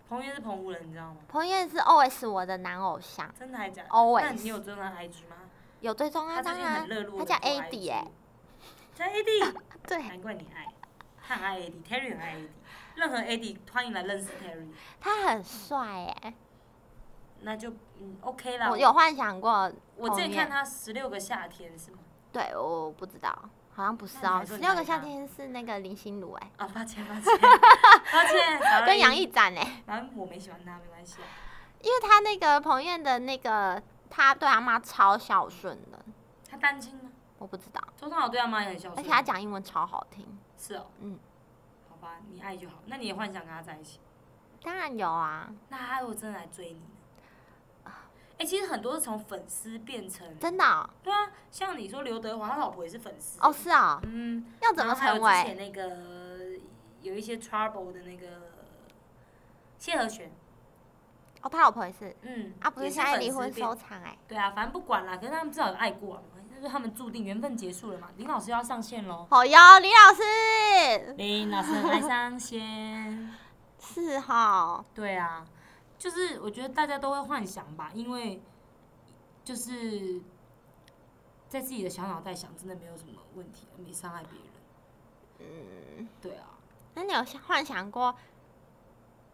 [SPEAKER 2] 彭于晏是澎湖人，你知道吗？
[SPEAKER 1] 彭于晏是 always 我的男偶像，
[SPEAKER 2] 真的还假的
[SPEAKER 1] Always
[SPEAKER 2] 那你有追踪他 IG 吗？
[SPEAKER 1] 有追踪啊，
[SPEAKER 2] 他最
[SPEAKER 1] 当
[SPEAKER 2] 近很
[SPEAKER 1] 然，
[SPEAKER 2] 热络
[SPEAKER 1] 他
[SPEAKER 2] 地
[SPEAKER 1] 叫
[SPEAKER 2] 做 IG。
[SPEAKER 1] AD 哎、
[SPEAKER 2] 叫 AD，
[SPEAKER 1] 啊对，
[SPEAKER 2] 难怪你爱，他很爱 AD，Terry 很爱 AD，任何 AD 欢迎来认识 Terry。
[SPEAKER 1] 他很帅哎、
[SPEAKER 2] 那就嗯 OK 啦。
[SPEAKER 1] 我有幻想过，
[SPEAKER 2] 我之前
[SPEAKER 1] 彭于
[SPEAKER 2] 看
[SPEAKER 1] 晏
[SPEAKER 2] 他十六个夏天是吗？
[SPEAKER 1] 对，我不知道，好像不是
[SPEAKER 2] 那你
[SPEAKER 1] 哦
[SPEAKER 2] 还。说
[SPEAKER 1] 十
[SPEAKER 2] 你
[SPEAKER 1] 六
[SPEAKER 2] 爱
[SPEAKER 1] 个夏
[SPEAKER 2] 他
[SPEAKER 1] 天是那个林心如哎、
[SPEAKER 2] 啊，抱歉抱歉 抱歉，sorry
[SPEAKER 1] 跟杨，一展哎、
[SPEAKER 2] 反正我没喜欢他没关系啊。
[SPEAKER 1] 因为他那个彭于晏的那个，他对他妈超孝顺的，
[SPEAKER 2] 他单亲吗？
[SPEAKER 1] 我不知道，
[SPEAKER 2] 周汤豪对他妈也很孝
[SPEAKER 1] 而
[SPEAKER 2] 顺，
[SPEAKER 1] 且他讲英文超好听。
[SPEAKER 2] 是哦，
[SPEAKER 1] 嗯，
[SPEAKER 2] 好吧，你爱就好。那你也幻想跟他在一起，
[SPEAKER 1] 当然有啊，
[SPEAKER 2] 那他如果真的来追你呢？哎、其实很多是从粉丝变成，
[SPEAKER 1] 啊真的哦，
[SPEAKER 2] 对啊，像你说刘德华，他老婆也是粉丝
[SPEAKER 1] 哦是哦，
[SPEAKER 2] 嗯，
[SPEAKER 1] 要怎么
[SPEAKER 2] 然后还有
[SPEAKER 1] 成
[SPEAKER 2] 之
[SPEAKER 1] 为
[SPEAKER 2] 前那个有一些 trouble 的那个谢和弦，
[SPEAKER 1] 哦？他老婆也是
[SPEAKER 2] 嗯，
[SPEAKER 1] 啊，不
[SPEAKER 2] 也
[SPEAKER 1] 是
[SPEAKER 2] 是
[SPEAKER 1] 现在
[SPEAKER 2] 粉
[SPEAKER 1] 离
[SPEAKER 2] 丝
[SPEAKER 1] 婚
[SPEAKER 2] 变
[SPEAKER 1] 收场哎、
[SPEAKER 2] 对啊，反正不管啦，可是他们至少有爱过啊，没关系，那就是他们注定缘分结束了嘛。林老师要上线喽，
[SPEAKER 1] 好哟，李老师
[SPEAKER 2] 林老师很爱上线。
[SPEAKER 1] 是哈，
[SPEAKER 2] 对啊，就是我觉得大家都会幻想吧，因为就是在自己的小脑袋想，真的没有什么问题，没伤害别人。嗯，对啊，
[SPEAKER 1] 那你有想幻想过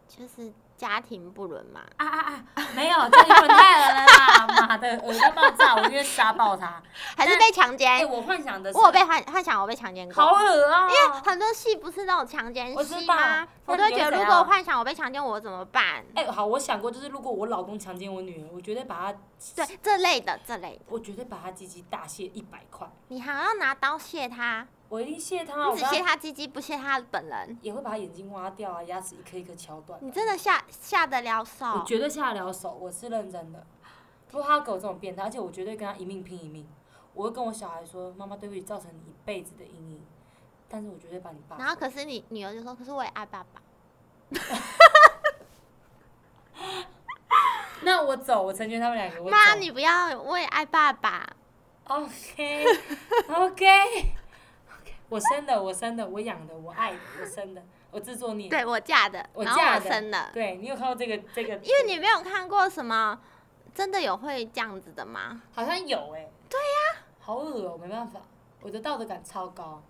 [SPEAKER 1] 就是家庭不伦吗？
[SPEAKER 2] 啊啊啊，没有，这一份太了啦，妈的，耳朵爆炸，我就杀 爆他。
[SPEAKER 1] 还是被强
[SPEAKER 2] 哎、
[SPEAKER 1] 奸？
[SPEAKER 2] 我幻想的是，啊
[SPEAKER 1] 我有被幻幻想我被强奸过，
[SPEAKER 2] 好恶啊、
[SPEAKER 1] 因为很多戏不是那种强奸
[SPEAKER 2] 我知
[SPEAKER 1] 戏
[SPEAKER 2] 道
[SPEAKER 1] 吗？
[SPEAKER 2] 那
[SPEAKER 1] 我都会
[SPEAKER 2] 你觉
[SPEAKER 1] 觉
[SPEAKER 2] 得
[SPEAKER 1] 得，如
[SPEAKER 2] 怎
[SPEAKER 1] 果我
[SPEAKER 2] 样
[SPEAKER 1] 幻想我被强奸，我怎么办？
[SPEAKER 2] 哎、好，我想过，就是如果我老公强奸我女儿，我绝对把他，
[SPEAKER 1] 对，这类的这类的，
[SPEAKER 2] 我绝对把他鸡鸡大卸一百块，
[SPEAKER 1] 你还要拿刀卸他，
[SPEAKER 2] 我一定卸他啊，
[SPEAKER 1] 你
[SPEAKER 2] 我
[SPEAKER 1] 只
[SPEAKER 2] 把
[SPEAKER 1] 卸
[SPEAKER 2] 他
[SPEAKER 1] 他鸡鸡，不卸他本人，
[SPEAKER 2] 也会把他眼睛挖掉啊，牙齿一颗一颗敲断。
[SPEAKER 1] 你真的下下得了
[SPEAKER 2] 我
[SPEAKER 1] 手？
[SPEAKER 2] 绝对下得了手，我是认真的。不过他给我这种变态，而且我绝对跟他一命拼一命。我会跟我小孩说：“妈妈，对不起，造成你一辈子的阴影。”但是我绝对把你爸。
[SPEAKER 1] 然后可是你女儿就说，可是我也爱爸爸。
[SPEAKER 2] 那我走，我成全他们两个。我
[SPEAKER 1] 妈，
[SPEAKER 2] 走
[SPEAKER 1] 你不要，我也爱爸爸。
[SPEAKER 2] OK OK OK，我生的，我生的，我养的，我爱的，我生的，我自作孽。
[SPEAKER 1] 对我嫁的，
[SPEAKER 2] 我
[SPEAKER 1] 然后我
[SPEAKER 2] 嫁的
[SPEAKER 1] 生的，
[SPEAKER 2] 对你有看到这个这个？
[SPEAKER 1] 因为你没有看过什么真的有会这样子的吗？
[SPEAKER 2] 好像有哎、对呀、好恶哦、没办法，我的道德感超高。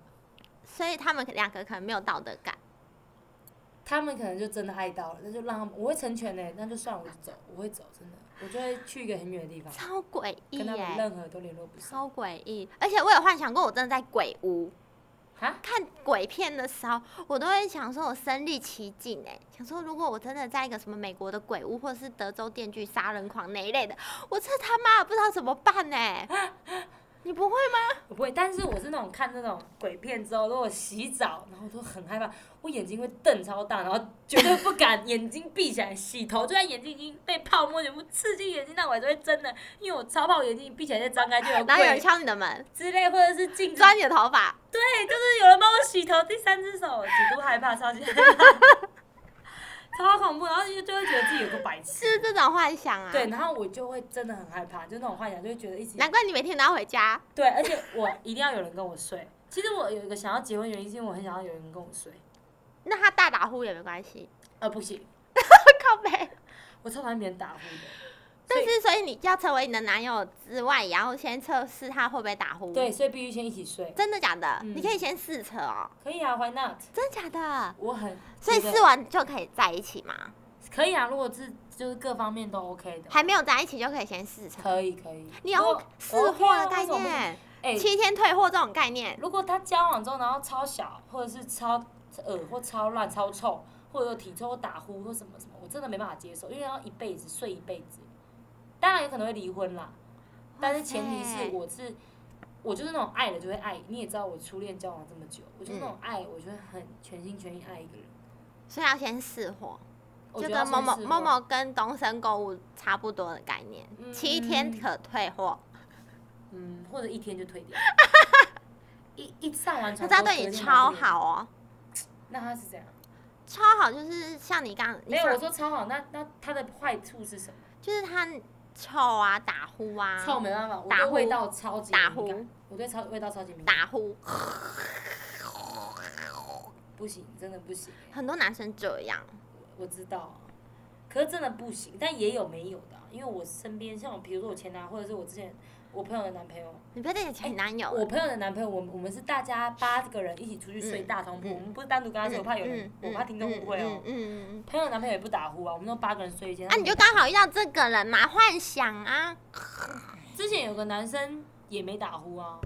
[SPEAKER 1] 所以他们两个可能没有道德感。
[SPEAKER 2] 他们可能就真的爱到了，那就让他们，我会成全的、欸那就算了，我就走，我会走，真的，我就会去一个很远的地方，
[SPEAKER 1] 超诡异
[SPEAKER 2] 跟他们
[SPEAKER 1] 耶，
[SPEAKER 2] 任何都联络不上。
[SPEAKER 1] 超诡异！而且我有幻想过，我真的在鬼屋
[SPEAKER 2] 哈，
[SPEAKER 1] 看鬼片的时候，我都会想说，我身临其境哎，想说如果我真的在一个什么美国的鬼屋，或者是德州电锯杀人狂那一类的，我这他妈的不知道怎么办哎！你不会吗？
[SPEAKER 2] 我不会，但是我是那种看那种鬼片之后，如果洗澡，然后我都很害怕，我眼睛会瞪超大，然后绝对不 敢眼睛闭起来洗头，就算眼睛已经被泡沫全部刺进眼睛，但我还是会睁的，因为我超怕我眼睛一闭起来再张开就有
[SPEAKER 1] 然后有人
[SPEAKER 2] 鬼
[SPEAKER 1] 敲你的门，
[SPEAKER 2] 之类，或者是镜子
[SPEAKER 1] 抓你的头发，
[SPEAKER 2] 对，就是有人帮我洗头，第三只手极度害怕，超级害怕，超恐怖，然后就就会觉得自己有个白痴。
[SPEAKER 1] 是这种幻想啊。
[SPEAKER 2] 对，然后我就会真的很害怕，就那种幻想，就会觉得一直
[SPEAKER 1] 难怪你每天都要回家。
[SPEAKER 2] 对，而且我一定要有人跟我睡。其实我有一个想要结婚的原因，是因为我很想要有人跟我睡。
[SPEAKER 1] 那他大打呼也没关系，
[SPEAKER 2] 呃，不行，
[SPEAKER 1] 靠背。
[SPEAKER 2] 我超讨厌别人打呼的。
[SPEAKER 1] 但是，所以你要成为你的男友之外，也要先测试他会不会打呼。，
[SPEAKER 2] 对，所以必须先一起睡。
[SPEAKER 1] 真的假的？
[SPEAKER 2] 嗯
[SPEAKER 1] 你可以先试测哦，
[SPEAKER 2] 可以啊，Why not？
[SPEAKER 1] 真的假的？
[SPEAKER 2] 我很
[SPEAKER 1] 所以
[SPEAKER 2] 觉得
[SPEAKER 1] 试完就可以在一起吗？
[SPEAKER 2] 可以啊，如果是就是各方面都 OK 的，
[SPEAKER 1] 还没有在一起就可以先试测。
[SPEAKER 2] 可以可以。
[SPEAKER 1] 你
[SPEAKER 2] 如
[SPEAKER 1] 要
[SPEAKER 2] 果
[SPEAKER 1] 试
[SPEAKER 2] 我 OK
[SPEAKER 1] 货
[SPEAKER 2] 啊
[SPEAKER 1] 的概
[SPEAKER 2] 为什么不行
[SPEAKER 1] 念，
[SPEAKER 2] 哎，
[SPEAKER 1] 七天退货这种概念，
[SPEAKER 2] 如果他交往之后，然后超小，或者是超恶或超烂、超臭，或者有体臭、或打呼或什么什么，我真的没办法接受，因为要一辈子睡一辈子。当然有可能会离婚啦，
[SPEAKER 1] 哦
[SPEAKER 2] 但是前提
[SPEAKER 1] 哇塞
[SPEAKER 2] 是我是我就是那种爱了就会爱，你也知道我初恋交往这么久，我就是那种爱，我就会很全心全意爱一个人。
[SPEAKER 1] 所以要先试货，
[SPEAKER 2] 我
[SPEAKER 1] 就
[SPEAKER 2] 觉得
[SPEAKER 1] 跟某某某
[SPEAKER 2] 某，
[SPEAKER 1] 某跟东森购物差不多的概念，
[SPEAKER 2] 嗯
[SPEAKER 1] 七天可退货。
[SPEAKER 2] 嗯，或者一天就退 掉，一一上完
[SPEAKER 1] 可
[SPEAKER 2] 床
[SPEAKER 1] 是他
[SPEAKER 2] 之后
[SPEAKER 1] 对你
[SPEAKER 2] 隔天马
[SPEAKER 1] 超
[SPEAKER 2] 上就
[SPEAKER 1] 好哦，
[SPEAKER 2] 那他是这样，
[SPEAKER 1] 超好就是像你刚你
[SPEAKER 2] 没有
[SPEAKER 1] 想
[SPEAKER 2] 我说超好，那那他的坏处是什么？
[SPEAKER 1] 就是他臭啊、打呼啊、
[SPEAKER 2] 臭没办法，我
[SPEAKER 1] 打
[SPEAKER 2] 对
[SPEAKER 1] 呼
[SPEAKER 2] 味道超级
[SPEAKER 1] 打
[SPEAKER 2] 敏
[SPEAKER 1] 呼
[SPEAKER 2] 感，我对超味道超级敏感，
[SPEAKER 1] 打呼，
[SPEAKER 2] 不行，真的不行欸、
[SPEAKER 1] 很多男生这样。
[SPEAKER 2] 我我知道啊，可是真的不行，但也有没有的啊、因为我身边像我，比如说我前男友，或者是我之前我朋友的男朋友，
[SPEAKER 1] 你不要再讲前男友了，
[SPEAKER 2] 我朋友的男朋友，我们我们是大家八个人一起出去睡
[SPEAKER 1] 嗯
[SPEAKER 2] 大通铺，
[SPEAKER 1] 嗯
[SPEAKER 2] 我们不是单独跟他睡，我怕有人
[SPEAKER 1] 嗯，
[SPEAKER 2] 我怕听众误会哦
[SPEAKER 1] 嗯。嗯嗯嗯
[SPEAKER 2] 朋友的男朋友也不打呼啊，我们都八个人睡一间。
[SPEAKER 1] 嗯，啊，你就刚好遇到这个人嘛，幻想啊，
[SPEAKER 2] 之前有个男生也没打呼啊，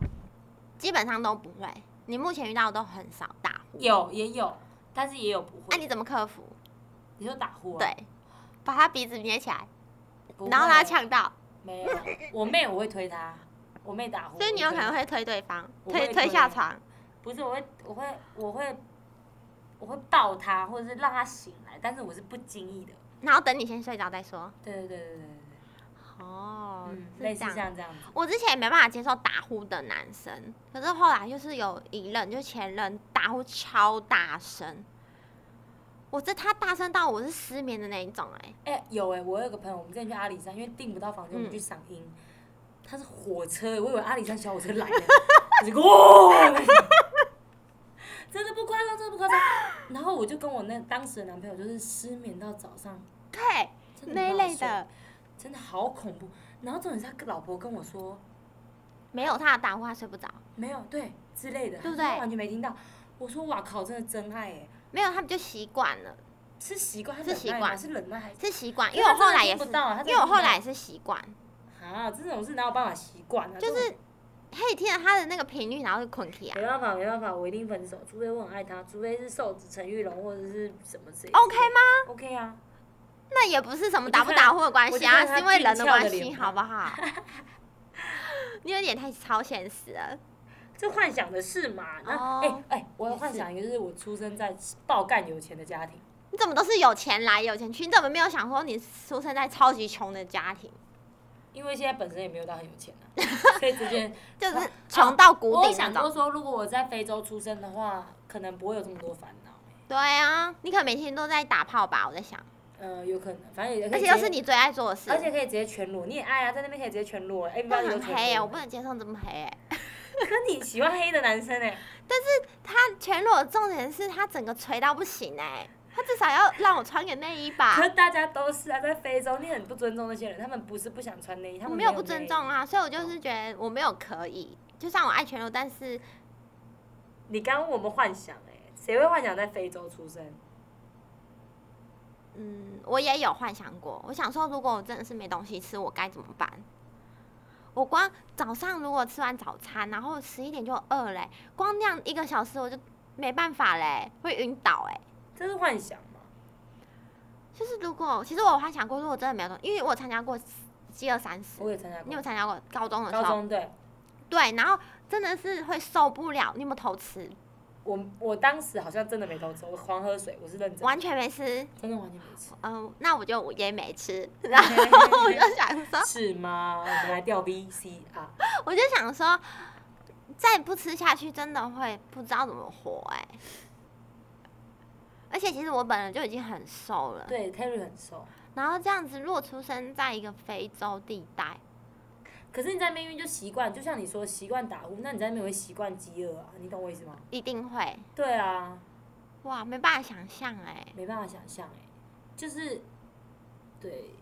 [SPEAKER 1] 基本上都不会。你目前遇到的都很少打呼，
[SPEAKER 2] 有也有，但是也有不
[SPEAKER 1] 那、
[SPEAKER 2] 会。
[SPEAKER 1] 啊你怎么克服？
[SPEAKER 2] 你说打呼啊？
[SPEAKER 1] 对，把他鼻子捏起来，
[SPEAKER 2] 不会，啊
[SPEAKER 1] 然后让他呛到，
[SPEAKER 2] 没有，我妹我会推她，我妹打呼。
[SPEAKER 1] 所以你有
[SPEAKER 2] 我
[SPEAKER 1] 可
[SPEAKER 2] 会
[SPEAKER 1] 能会推对方，
[SPEAKER 2] 我
[SPEAKER 1] 推
[SPEAKER 2] 会
[SPEAKER 1] 推
[SPEAKER 2] 推
[SPEAKER 1] 下床。
[SPEAKER 2] 不是我会我会我会我会抱她，或者是让她醒来，但是我是不经意的。
[SPEAKER 1] 然后等你先睡着再说。
[SPEAKER 2] 对对对对对对对，
[SPEAKER 1] 哦，
[SPEAKER 2] 嗯，
[SPEAKER 1] 是
[SPEAKER 2] 类似
[SPEAKER 1] 这样
[SPEAKER 2] 像这样子，
[SPEAKER 1] 我之前也没办法接受打呼的男生，可是后来就是有一任，就前任打呼超大声，我这他大声到我是失眠的那一种哎、
[SPEAKER 2] 哎、有哎、我有个朋友，我们之前去阿里山，因为订不到房间，我们
[SPEAKER 1] 嗯
[SPEAKER 2] 去赏樱，他是火车，我以为阿里山小火车来了，结果哦， 真的不夸张，真的不夸张。然后我就跟我那当时的男朋友就是失眠到早上，
[SPEAKER 1] 对那
[SPEAKER 2] 真的没
[SPEAKER 1] 一
[SPEAKER 2] 办法
[SPEAKER 1] 类的
[SPEAKER 2] 睡，真的好恐怖。然后重点是他老婆跟我说
[SPEAKER 1] 没有他的打呼他睡不着，
[SPEAKER 2] 没有对之类的，
[SPEAKER 1] 对不
[SPEAKER 2] 他说
[SPEAKER 1] 对
[SPEAKER 2] 完全没听到。我说哇靠，真的真爱哎、
[SPEAKER 1] 没有他们就习惯了，
[SPEAKER 2] 是习惯，他
[SPEAKER 1] 是
[SPEAKER 2] 忍
[SPEAKER 1] 习
[SPEAKER 2] 耐
[SPEAKER 1] 惯
[SPEAKER 2] 吗？是忍耐还是？
[SPEAKER 1] 是习惯，
[SPEAKER 2] 可
[SPEAKER 1] 因
[SPEAKER 2] 是
[SPEAKER 1] 为我
[SPEAKER 2] 他真
[SPEAKER 1] 后
[SPEAKER 2] 的
[SPEAKER 1] 来
[SPEAKER 2] 听
[SPEAKER 1] 也
[SPEAKER 2] 不
[SPEAKER 1] 是，
[SPEAKER 2] 到啊他真的
[SPEAKER 1] 因为我
[SPEAKER 2] 听不
[SPEAKER 1] 后
[SPEAKER 2] 到
[SPEAKER 1] 来也是习惯，
[SPEAKER 2] 啊，这种事哪有办法习惯啊？这
[SPEAKER 1] 就
[SPEAKER 2] 种
[SPEAKER 1] 是可以听着他的那个频率，然后就困起来
[SPEAKER 2] 没办法，没办法，我一定分手，除非我很爱他，除非是瘦子陈玉龙或者是什么谁。
[SPEAKER 1] ，OK 吗？
[SPEAKER 2] OK 啊，
[SPEAKER 1] 那也不是什么
[SPEAKER 2] 我就
[SPEAKER 1] 打不
[SPEAKER 2] 看
[SPEAKER 1] 打呼的关
[SPEAKER 2] 我
[SPEAKER 1] 系
[SPEAKER 2] 就
[SPEAKER 1] 啊，
[SPEAKER 2] 看他
[SPEAKER 1] 是因为
[SPEAKER 2] 俊
[SPEAKER 1] 人的
[SPEAKER 2] 俏的
[SPEAKER 1] 关
[SPEAKER 2] 脸
[SPEAKER 1] 系，
[SPEAKER 2] 吧
[SPEAKER 1] 好不好？ 你有点太超现实了。
[SPEAKER 2] 这幻想的事嘛。那哎
[SPEAKER 1] 哦
[SPEAKER 2] 哎、我有幻想一个，就是我出生在爆干有钱的家庭，
[SPEAKER 1] 你怎么都是有钱来有钱去？你怎么没有想说你出生在超级穷的家庭，
[SPEAKER 2] 因为现在本身也没有到很有钱啊，所以直接。
[SPEAKER 1] 就是穷到谷
[SPEAKER 2] 哦我有
[SPEAKER 1] 底那
[SPEAKER 2] 想过
[SPEAKER 1] 种？
[SPEAKER 2] 说，如果我在非洲出生的话，可能不会有这么多烦恼。
[SPEAKER 1] 对啊，你可能每天都在打炮吧？我在想，
[SPEAKER 2] 呃，有可能，反正也可
[SPEAKER 1] 而
[SPEAKER 2] 以
[SPEAKER 1] 且
[SPEAKER 2] 直
[SPEAKER 1] 又
[SPEAKER 2] 接
[SPEAKER 1] 是，你最爱做的事，
[SPEAKER 2] 而且可以直接全裸，你也爱啊，在那边可以直接全裸。哎、你不
[SPEAKER 1] 那
[SPEAKER 2] 要你都
[SPEAKER 1] 很
[SPEAKER 2] 全
[SPEAKER 1] 黑耶、欸哦
[SPEAKER 2] 裸
[SPEAKER 1] 我不能接受这么黑欸耶、
[SPEAKER 2] 可你喜欢黑的男生哎、
[SPEAKER 1] 他全裸的重点是他整个垂到不行哎、他至少要让我穿个内衣吧
[SPEAKER 2] 可？是大家都是啊，在非洲，你很不尊重那些人，他们不是不想穿内衣，他
[SPEAKER 1] 我
[SPEAKER 2] 们
[SPEAKER 1] 没
[SPEAKER 2] 有
[SPEAKER 1] 有不尊
[SPEAKER 2] 内衣
[SPEAKER 1] 重。啊，所以我就是觉得我没有可以，就算我爱全裸，但是
[SPEAKER 2] 你刚刚我们幻想哎、谁会幻想在非洲出生？
[SPEAKER 1] 嗯，我也有幻想过，我想说，如果我真的是没东西吃，我该怎么办？我光早上如果吃完早餐，然后十一点就饿嘞、光那样一个小时我就没办法嘞、会晕倒哎、
[SPEAKER 2] 这是幻想吗？
[SPEAKER 1] 就是如果其实我有幻想过，如果真的没有东因为我有参加过饥饿三十，
[SPEAKER 2] 我也参加
[SPEAKER 1] 你有
[SPEAKER 2] 过，
[SPEAKER 1] 参加过高中的时
[SPEAKER 2] 高
[SPEAKER 1] 候？
[SPEAKER 2] 中对，
[SPEAKER 1] 对，然后真的是会受不了，你有没有偷吃？
[SPEAKER 2] 我我当时好像真的没偷吃，我狂喝水，我是认真的，
[SPEAKER 1] 完全没吃，
[SPEAKER 2] 真的完全没
[SPEAKER 1] 。
[SPEAKER 2] 吃
[SPEAKER 1] 嗯、那我就午夜没吃，然后我就想说，
[SPEAKER 2] 是吗？我们来调 V C R，
[SPEAKER 1] 我就想说，再不吃下去真的会不知道怎么活哎、而且其实我本人就已经很瘦了，
[SPEAKER 2] 对，Terry 很瘦，
[SPEAKER 1] 然后这样子，如果出生在一个非洲地带，
[SPEAKER 2] 可是你在那边就习惯，就像你说习惯打呼，那你在那边会习惯饥饿啊，你懂我意思吗？
[SPEAKER 1] 一定会
[SPEAKER 2] 对啊，
[SPEAKER 1] 哇，没办法想象哎、
[SPEAKER 2] 没办法想象哎、就是对，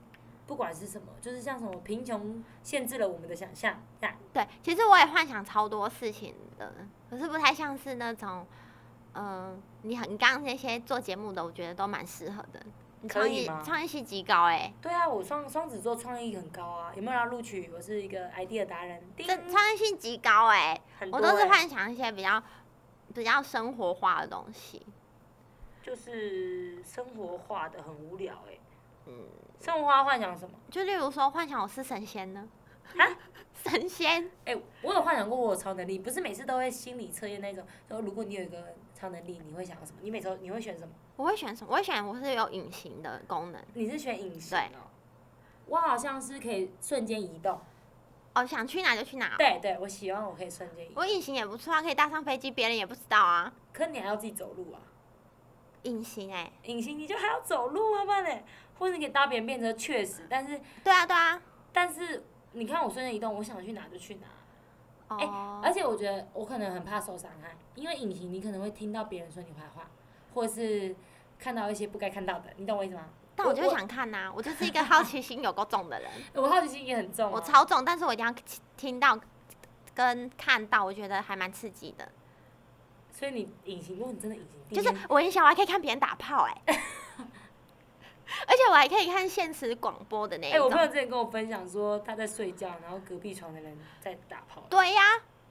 [SPEAKER 2] 不管是什么，就是像什么贫穷限制了我们的想象，这样
[SPEAKER 1] 对，其实我也幻想超多事情的，可是不太像是那种，嗯、你很刚刚那些做节目的，我觉得都蛮适合的。你
[SPEAKER 2] 可
[SPEAKER 1] 创
[SPEAKER 2] 以
[SPEAKER 1] 意
[SPEAKER 2] 吗
[SPEAKER 1] 创意性极高哎、
[SPEAKER 2] 对啊，我双双子座创意很高啊，有没有要录取？我是一个 idea 达人，叮
[SPEAKER 1] 这创意性极高哎、
[SPEAKER 2] 很多、
[SPEAKER 1] 我
[SPEAKER 2] 欸、
[SPEAKER 1] 都是幻想一些比较比较生活化的东西。
[SPEAKER 2] 就是生活化的很无聊哎、
[SPEAKER 1] 嗯，
[SPEAKER 2] 生活化幻想什么？
[SPEAKER 1] 就例如说，幻想我是神仙呢？
[SPEAKER 2] 啊，
[SPEAKER 1] 神仙？
[SPEAKER 2] 哎、我有幻想过我有超能力，不是每次都会心理测验那种。说如果你有一个超能力，你会想要什么？你每次都你会选什么？
[SPEAKER 1] 我会选什么？我会选我是有隐形的功能。
[SPEAKER 2] 你是选隐形
[SPEAKER 1] 对
[SPEAKER 2] 哦、我好像是可以瞬间移动。
[SPEAKER 1] 哦，想去哪就去哪。
[SPEAKER 2] 对对，我喜欢我可以瞬间移动，
[SPEAKER 1] 我隐形也不错啊，可以搭上飞机，别人也不知道啊。
[SPEAKER 2] 可你还要自己走路啊。
[SPEAKER 1] 隐形哎、
[SPEAKER 2] 隐形你就还要走路啊，不然嘞，或者你可以搭别人变成确实，但是
[SPEAKER 1] 对啊对啊。
[SPEAKER 2] 但是你看我瞬间移动，我想去哪就去哪。哎
[SPEAKER 1] 哦、
[SPEAKER 2] 而且我觉得我可能很怕受伤害，因为隐形你可能会听到别人说你坏话，或是看到一些不该看到的，你懂我意思吗？
[SPEAKER 1] 但我就
[SPEAKER 2] 我
[SPEAKER 1] 想看呐、我就是一个好奇心有够重 的人，
[SPEAKER 2] 我好奇心也很重、啊，
[SPEAKER 1] 我超重，但是我一定要听到跟看到，我觉得还蛮刺激的。
[SPEAKER 2] 所以你隐形，如果你真的隐形，第一
[SPEAKER 1] 就是
[SPEAKER 2] 天
[SPEAKER 1] 我很小，我还可以看别人打炮哎、 而且我还可以看现实广播的那一
[SPEAKER 2] 哎、我
[SPEAKER 1] 种。
[SPEAKER 2] 朋友之前跟我分享说他在睡觉，然后隔壁床的人在打炮，
[SPEAKER 1] 对呀、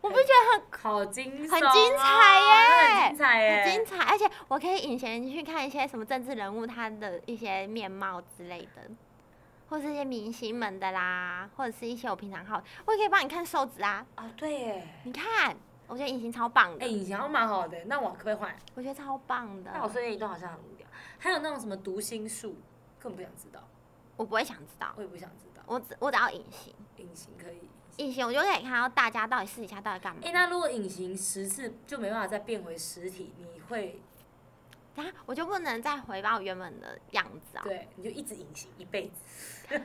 [SPEAKER 1] 我不觉
[SPEAKER 2] 好精、
[SPEAKER 1] 很精彩耶
[SPEAKER 2] 很精彩
[SPEAKER 1] 得
[SPEAKER 2] 耶，
[SPEAKER 1] 很精彩，而且我可以隐形去看一些什么政治人物他的一些面貌之类的，或是一些明星们的啦，或者是一些我平常好，我也可以帮你看瘦子啊。
[SPEAKER 2] 啊、对耶。
[SPEAKER 1] 你看，我觉得隐形超棒
[SPEAKER 2] 哎、
[SPEAKER 1] 的，
[SPEAKER 2] 隐形好像蛮好的，那我可不可以换？
[SPEAKER 1] 我觉得超棒
[SPEAKER 2] 那我
[SPEAKER 1] 的。
[SPEAKER 2] 瞬间移动好像很无聊。还有那种什么读心术，根本不想知道。
[SPEAKER 1] 我不会想知道，
[SPEAKER 2] 我也不想知道。
[SPEAKER 1] 我只我只要隐形，
[SPEAKER 2] 隐形可以。
[SPEAKER 1] 隐形我就可以看到大家到底私底下到底干嘛
[SPEAKER 2] 哎、。那如果隐形十次就没办法再变回实体，你会
[SPEAKER 1] 啊，我就不能再回到我原本的样子啊，
[SPEAKER 2] 对，你就一直隐形一辈子，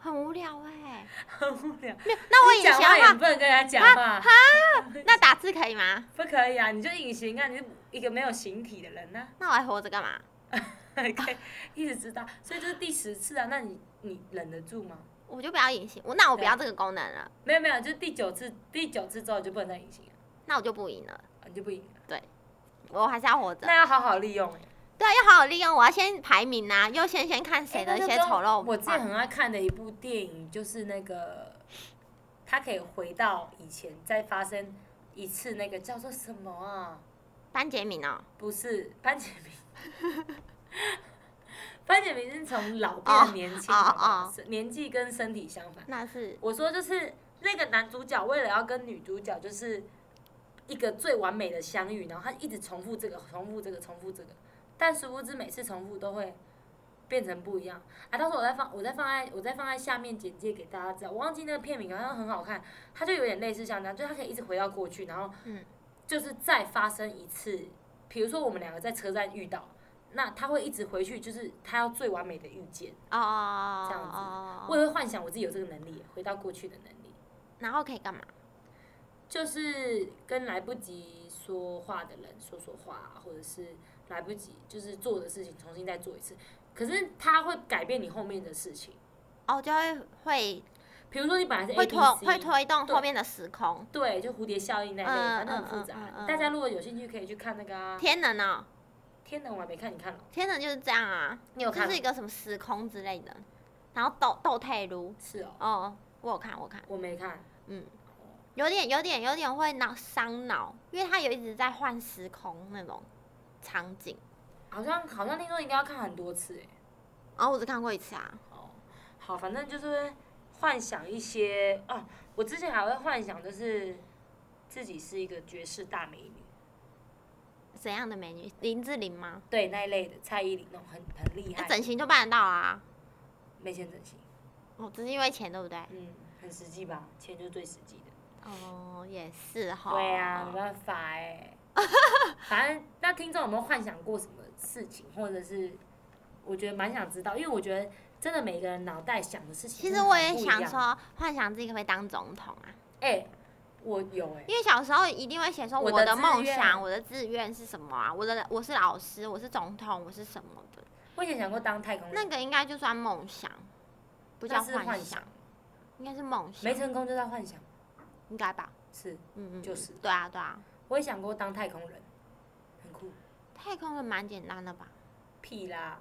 [SPEAKER 1] 很无聊哎、
[SPEAKER 2] 很无聊。
[SPEAKER 1] 没有，那我
[SPEAKER 2] 你
[SPEAKER 1] 隐
[SPEAKER 2] 讲
[SPEAKER 1] 形
[SPEAKER 2] 话也
[SPEAKER 1] 的
[SPEAKER 2] 不能跟人家讲话，
[SPEAKER 1] 话，那打字可以吗？
[SPEAKER 2] 不可以啊！你就隐形啊，你是一个没有形体的人 呐、
[SPEAKER 1] 那我还活着干嘛？
[SPEAKER 2] 可以一直知道，所以这是第十次啊。那你你忍得住吗？
[SPEAKER 1] 我就不要隐形，我那我不要这个功能了，
[SPEAKER 2] 没有没有，就是第九次，第九次之后你就不能再隐形了，
[SPEAKER 1] 那我就不赢了，
[SPEAKER 2] 啊你就不赢了。
[SPEAKER 1] 我还是要活着。
[SPEAKER 2] 那要好好利用欸
[SPEAKER 1] 对，要好好利用。我要先排名啊，优先先看
[SPEAKER 2] 哎
[SPEAKER 1] 谁的一些丑陋话。
[SPEAKER 2] 我之前很爱看的一部电影就是那个，他可以回到以前再发生一次，那个叫做什么啊？
[SPEAKER 1] 班杰明哦，
[SPEAKER 2] 不是班杰明， 班杰明是从老变成年轻，
[SPEAKER 1] 哦
[SPEAKER 2] 好不好
[SPEAKER 1] 哦
[SPEAKER 2] 年纪跟身体相反。
[SPEAKER 1] 那是
[SPEAKER 2] 我说就是那个男主角为了要跟女主角就是一个最完美的相遇，然后他一直重复这个，重复这个，重复这个，但殊不知每次重复都会变成不一样啊！到时候我再放，我再放在我再放在下面简介给大家知道。我忘记那个片名，好像很好看，它就有点类似像这样，就是它可以一直回到过去，然后
[SPEAKER 1] 嗯
[SPEAKER 2] 就是再发生一次，比如说我们两个在车站遇到。那他会一直回去，就是他要最完美的遇见。
[SPEAKER 1] 哦哦
[SPEAKER 2] 这样子
[SPEAKER 1] 哦
[SPEAKER 2] 我
[SPEAKER 1] 哦，
[SPEAKER 2] 也会幻想我自己有这个能力，回到过去的能力。
[SPEAKER 1] 然后可以干嘛？
[SPEAKER 2] 就是跟来不及说话的人说说话啊，或者是来不及就是做的事情重新再做一次。可是它会改变你后面的事情，
[SPEAKER 1] 哦，就会会
[SPEAKER 2] 比如说你本来是 A
[SPEAKER 1] 会
[SPEAKER 2] B
[SPEAKER 1] 推会
[SPEAKER 2] C，
[SPEAKER 1] 推动
[SPEAKER 2] 对
[SPEAKER 1] 后面的时空。
[SPEAKER 2] 对，就蝴蝶效应那一类，
[SPEAKER 1] 嗯
[SPEAKER 2] 反正很复
[SPEAKER 1] 嗯嗯嗯
[SPEAKER 2] 杂。
[SPEAKER 1] 嗯
[SPEAKER 2] 大家如果有兴趣，可以去看那个啊
[SPEAKER 1] 天能哦，
[SPEAKER 2] 天能》，我还没看，你看了？哦
[SPEAKER 1] 天能就是这样啊，
[SPEAKER 2] 你有看
[SPEAKER 1] 就
[SPEAKER 2] 吗
[SPEAKER 1] 是一个什么时空之类的，然后斗斗退路。
[SPEAKER 2] 是哦，
[SPEAKER 1] 哦，我有看，我有看，
[SPEAKER 2] 我没看。
[SPEAKER 1] 嗯。有点有点有点会脑伤脑，因为他有一直在换时空那种场景。
[SPEAKER 2] 好像好像听说应该要看很多次哎、
[SPEAKER 1] 然后我只看过一次啊，
[SPEAKER 2] 哦，好，反正就是会幻想一些哦。我之前还会幻想，就是自己是一个绝世大美女，
[SPEAKER 1] 怎样的美女？林志玲吗？
[SPEAKER 2] 对那一类的蔡依林那种很很厉
[SPEAKER 1] 那
[SPEAKER 2] 害，
[SPEAKER 1] 整形就办得到啊。
[SPEAKER 2] 没钱整形，
[SPEAKER 1] 哦，只是因为钱，对不对？
[SPEAKER 2] 嗯，很实际吧，钱就是最实际的。
[SPEAKER 1] 哦，也是哈。
[SPEAKER 2] 对啊呀、
[SPEAKER 1] 哦
[SPEAKER 2] 没办法哎、反正那听众有没有幻想过什么事情，或者是我觉得蛮想知道，因为我觉得真的每个人脑袋想的事情
[SPEAKER 1] 其
[SPEAKER 2] 真
[SPEAKER 1] 实
[SPEAKER 2] 的
[SPEAKER 1] 我
[SPEAKER 2] 很
[SPEAKER 1] 也
[SPEAKER 2] 不一
[SPEAKER 1] 想
[SPEAKER 2] 样，
[SPEAKER 1] 说，幻想自己可不可以当总统啊？
[SPEAKER 2] 哎、我有哎、
[SPEAKER 1] 因为小时候一定会写说
[SPEAKER 2] 我的
[SPEAKER 1] 我的
[SPEAKER 2] 志
[SPEAKER 1] 梦
[SPEAKER 2] 愿
[SPEAKER 1] 想、我的志愿是什么啊？我的我是老师，我是总统，我是什么的？
[SPEAKER 2] 我以前想过当太空人，
[SPEAKER 1] 那个应该就算梦想，不叫
[SPEAKER 2] 嗯那是幻
[SPEAKER 1] 想，，应该是梦想
[SPEAKER 2] 没，成功就叫幻想，
[SPEAKER 1] 应该吧？
[SPEAKER 2] 是。
[SPEAKER 1] 嗯嗯，
[SPEAKER 2] 就是
[SPEAKER 1] 嗯对啊对啊，
[SPEAKER 2] 我也想过当太空人，很酷，
[SPEAKER 1] 太空人蛮简单的吧？
[SPEAKER 2] 屁啦！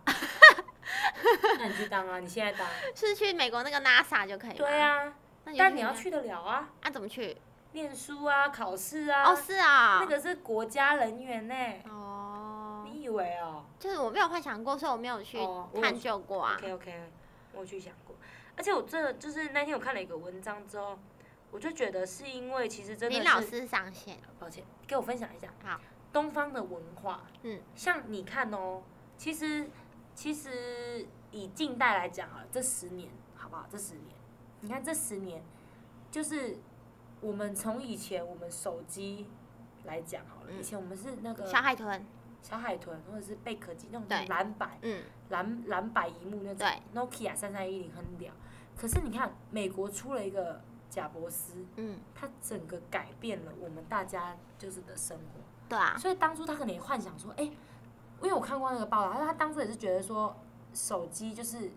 [SPEAKER 2] 那你去当啊，你现在当。
[SPEAKER 1] 是去美国那个 NASA 就可以吗？
[SPEAKER 2] 对，啊，
[SPEAKER 1] 那就
[SPEAKER 2] 但你要
[SPEAKER 1] 那
[SPEAKER 2] 去得了啊，
[SPEAKER 1] 啊？怎么去？
[SPEAKER 2] 念书啊，考试啊，
[SPEAKER 1] 哦，是啊，
[SPEAKER 2] 那个是国家人员呢、
[SPEAKER 1] 哦，
[SPEAKER 2] 你以为哦、
[SPEAKER 1] 就是我没有幻想过，所以我没有去
[SPEAKER 2] 哦我有
[SPEAKER 1] 探
[SPEAKER 2] 去
[SPEAKER 1] 究过啊。
[SPEAKER 2] o k OK，我有去想过，而且我真的就是那天我看了一个文章之后，我就觉得是因为其实真的
[SPEAKER 1] 林
[SPEAKER 2] 是
[SPEAKER 1] 老师上线，
[SPEAKER 2] 抱歉，给我分享一下。
[SPEAKER 1] 好，
[SPEAKER 2] 东方的文化，
[SPEAKER 1] 嗯，
[SPEAKER 2] 像你看哦，其实其实以近代来讲啊，这十年好不好？这十年，你看这十年，就是我们从以前我们手机来讲好了，
[SPEAKER 1] 嗯
[SPEAKER 2] 以前我们是那个
[SPEAKER 1] 小海豚，
[SPEAKER 2] 小海豚或者是贝壳机那种
[SPEAKER 1] 对
[SPEAKER 2] 蓝白
[SPEAKER 1] 嗯，
[SPEAKER 2] 蓝蓝白荧幕那种
[SPEAKER 1] 对
[SPEAKER 2] ，Nokia 三三一零很屌。可是你看，美国出了一个贾伯斯，
[SPEAKER 1] 嗯，
[SPEAKER 2] 他整个改变了我们大家就是的生活。
[SPEAKER 1] 对啊，
[SPEAKER 2] 所以当初他可能也幻想说，哎、因为我看过那个报道，他说他当初也是觉得说，手机就是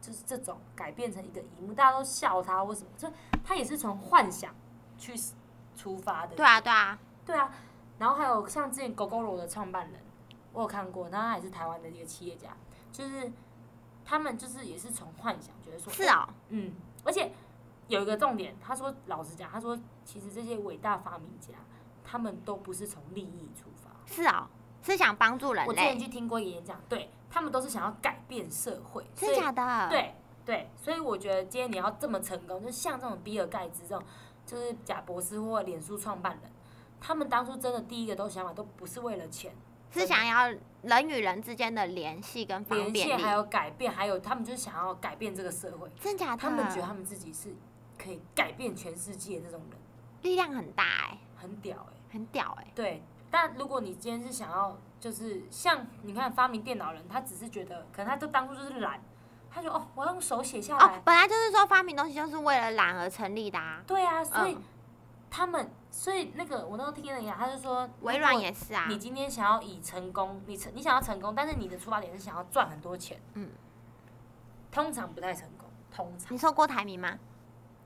[SPEAKER 2] 就是这种改变成一个荧幕，大家都笑他或什么，就他也是从幻想去出发的。
[SPEAKER 1] 对啊，对啊，
[SPEAKER 2] 对啊，然后还有像之前狗狗罗的创办人，我有看过，那他也是台湾的一个企业家，就是他们就是也是从幻想觉得说，
[SPEAKER 1] 是哦，
[SPEAKER 2] 嗯，而且有一个重点，他说，老实讲，他说，其实这些伟大发明家，他们都不是从利益出发。
[SPEAKER 1] 是哦，是想帮助人
[SPEAKER 2] 我之前
[SPEAKER 1] 类，
[SPEAKER 2] 去听过一个演讲，对他们都是想要改变社会，所
[SPEAKER 1] 真
[SPEAKER 2] 以
[SPEAKER 1] 假的？，
[SPEAKER 2] 对对，所以我觉得今天你要这么成功，就像这种比尔盖茨这种，就是贾伯斯或脸书创办人，他们当初真的第一个都想法都不是为了钱，
[SPEAKER 1] 是想要人与人之间的联系跟方
[SPEAKER 2] 连
[SPEAKER 1] 便
[SPEAKER 2] 线
[SPEAKER 1] 力。
[SPEAKER 2] 还有改变，还有他们就是想要改变这个社会，
[SPEAKER 1] 真啊假的？
[SPEAKER 2] 他们觉得他们自己是可以改变全世界的那种人，
[SPEAKER 1] 力量很大哎、
[SPEAKER 2] 很屌哎、
[SPEAKER 1] 很屌哎、
[SPEAKER 2] 对，但如果你今天是想要，就是像你看发明电脑人，他只是觉得，可能他都当初就是懒，他就哦，我要用手写下来。
[SPEAKER 1] 哦，本来就是说发明东西就是为了懒而成立的啊。
[SPEAKER 2] 对啊，所以
[SPEAKER 1] 嗯
[SPEAKER 2] 他们，所以那个我那时候听人讲，他就说，
[SPEAKER 1] 微软也是啊
[SPEAKER 2] 你，今天想要以成功，你成你想要成功，但是你的出发点是想要赚很多钱，
[SPEAKER 1] 嗯，
[SPEAKER 2] 通常不太成功，通常。
[SPEAKER 1] 你说郭台铭吗？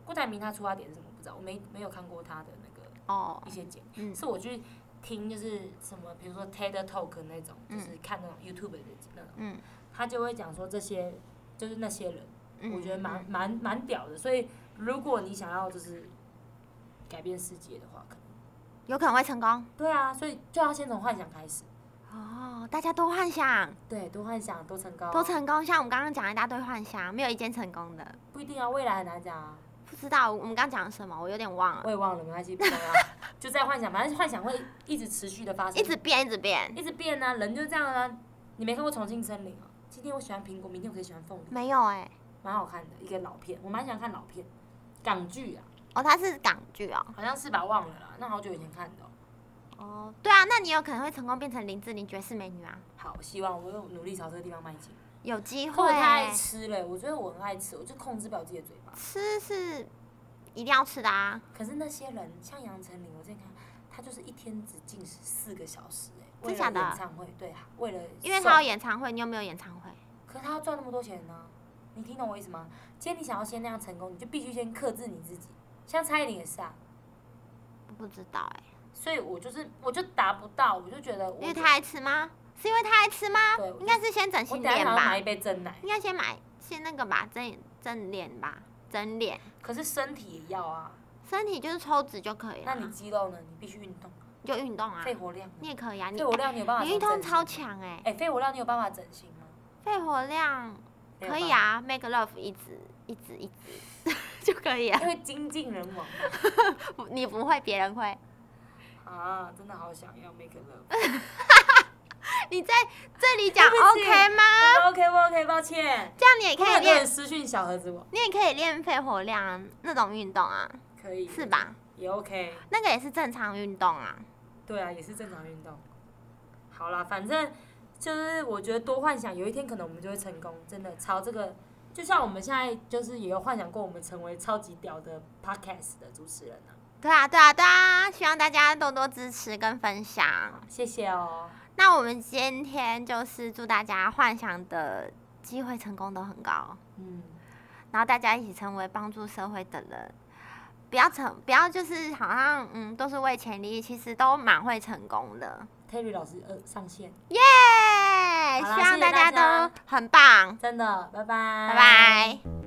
[SPEAKER 2] 郭台铭他出发点是什么不知道，我没没有看过他的那个
[SPEAKER 1] 哦，
[SPEAKER 2] 一些节目，
[SPEAKER 1] 嗯
[SPEAKER 2] 是我去听就是什么，比如说 TED Talk 那种，
[SPEAKER 1] 嗯
[SPEAKER 2] 就是看那种 YouTube 的那种，
[SPEAKER 1] 嗯
[SPEAKER 2] 他就会讲说这些就是那些人，
[SPEAKER 1] 嗯，
[SPEAKER 2] 我觉得蛮
[SPEAKER 1] 嗯
[SPEAKER 2] 蛮蛮屌的。所以如果你想要就是改变世界的话，可能
[SPEAKER 1] 有可能会成功
[SPEAKER 2] 对啊，所以就要先从幻想开始，
[SPEAKER 1] 哦。大家多幻想，
[SPEAKER 2] 对，多幻想，多成高，
[SPEAKER 1] 多成功。像我们刚刚讲一大堆幻想，没有一件成功的。
[SPEAKER 2] 不一定啊，未来很难讲啊，
[SPEAKER 1] 不知道我们刚刚讲什么，我有点忘了，
[SPEAKER 2] 我也忘了，没关系，不重 要，啊就在幻想，反正幻想会一直持续的发生，
[SPEAKER 1] 一直变，一直变。
[SPEAKER 2] 一直变啊，人就是这样啊。你没看过《重庆森林》啊？今天我喜欢苹果，明天我可以喜欢凤梨，
[SPEAKER 1] 没有哎、
[SPEAKER 2] 蛮好看的一个老片，我蛮喜欢看老片，港剧啊，
[SPEAKER 1] 哦，它是港剧哦。
[SPEAKER 2] 好像是吧，忘了啦，那好久以前看的哦、
[SPEAKER 1] 哦，对啊，那你有可能会成功变成林志玲绝世美女啊，
[SPEAKER 2] 好，希望我有努力朝这个地方迈进。
[SPEAKER 1] 有机
[SPEAKER 2] 因为
[SPEAKER 1] 会
[SPEAKER 2] 我太
[SPEAKER 1] 欸、
[SPEAKER 2] 爱吃了，我觉得我很爱吃，我就控制不了自己的嘴巴。
[SPEAKER 1] 吃是一定要吃的啊，
[SPEAKER 2] 可是那些人，像杨丞琳，我之前看他就是一天只进食四个小时、欸，哎，为
[SPEAKER 1] 真
[SPEAKER 2] 了
[SPEAKER 1] 假的
[SPEAKER 2] 演唱会，对啊，为了
[SPEAKER 1] 因为
[SPEAKER 2] 瘦
[SPEAKER 1] 他有演唱会，你有没有演唱会？
[SPEAKER 2] 可是他要赚那么多钱呢、你听懂我意思吗？今天你想要先那样成功，你就必须先克制你自己。像蔡依林也是啊，
[SPEAKER 1] 我不知道哎、
[SPEAKER 2] 所以我就是我就达不到，我就觉得我
[SPEAKER 1] 因为他爱吃吗？是因为他爱吃吗
[SPEAKER 2] 对我？
[SPEAKER 1] 应该是先整
[SPEAKER 2] 我
[SPEAKER 1] 形
[SPEAKER 2] 等下
[SPEAKER 1] 脸
[SPEAKER 2] 想要
[SPEAKER 1] 吧
[SPEAKER 2] 买一，杯真奶，
[SPEAKER 1] 应该先买先那个吧，整整脸吧，整脸，
[SPEAKER 2] 可是身体也要啊。
[SPEAKER 1] 身体就是抽脂就可以了
[SPEAKER 2] 那
[SPEAKER 1] 啊，
[SPEAKER 2] 你肌肉呢？你必须运动，
[SPEAKER 1] 你就运动啊，
[SPEAKER 2] 肺活量呢
[SPEAKER 1] 你也可以啊，你
[SPEAKER 2] 肺活量你有办法？
[SPEAKER 1] 你运动超。强哎、
[SPEAKER 2] 哎、肺活量你有办法整形吗？
[SPEAKER 1] 肺活量
[SPEAKER 2] 没有
[SPEAKER 1] 可以
[SPEAKER 2] 办
[SPEAKER 1] 啊，make love 一直一直一直 就可以啊
[SPEAKER 2] 法，，因为精尽人亡
[SPEAKER 1] 不你不会，别人会。
[SPEAKER 2] 啊，真的好想要 make love。
[SPEAKER 1] 你在这里讲
[SPEAKER 2] 对不起
[SPEAKER 1] OK 吗？
[SPEAKER 2] OK 不 OK？抱啊歉，
[SPEAKER 1] 这样你也可
[SPEAKER 2] 会
[SPEAKER 1] 以
[SPEAKER 2] 不会很多
[SPEAKER 1] 练
[SPEAKER 2] 人，私讯小盒子我，
[SPEAKER 1] 你也可以练肺活量那种运动啊，
[SPEAKER 2] 可以
[SPEAKER 1] 是？吧？
[SPEAKER 2] 也 OK。
[SPEAKER 1] 那个也是正常运动啊。
[SPEAKER 2] 对啊，也是正常运动。好啦，反正就是我觉得多幻想，有一天可能我们就会成功，真的朝这个。就像我们现在就是也有幻想过，我们成为超级屌的 podcast 的主持人啊！
[SPEAKER 1] 对啊，对啊，对啊！希望大家多多支持跟分享。
[SPEAKER 2] 谢谢哦，
[SPEAKER 1] 那我们今天就是祝大家幻想的机会成功都很高，
[SPEAKER 2] 嗯，
[SPEAKER 1] 然后大家一起成为帮助社会的人，不要成，不要就是好像嗯都是为钱利益，其实都蛮会成功的。
[SPEAKER 2] ，Terry 老师呃上线，
[SPEAKER 1] 耶、
[SPEAKER 2] 好啦
[SPEAKER 1] 希望
[SPEAKER 2] 谢谢大
[SPEAKER 1] 大
[SPEAKER 2] 家
[SPEAKER 1] 家都很棒，
[SPEAKER 2] 真的，拜拜，
[SPEAKER 1] 拜拜。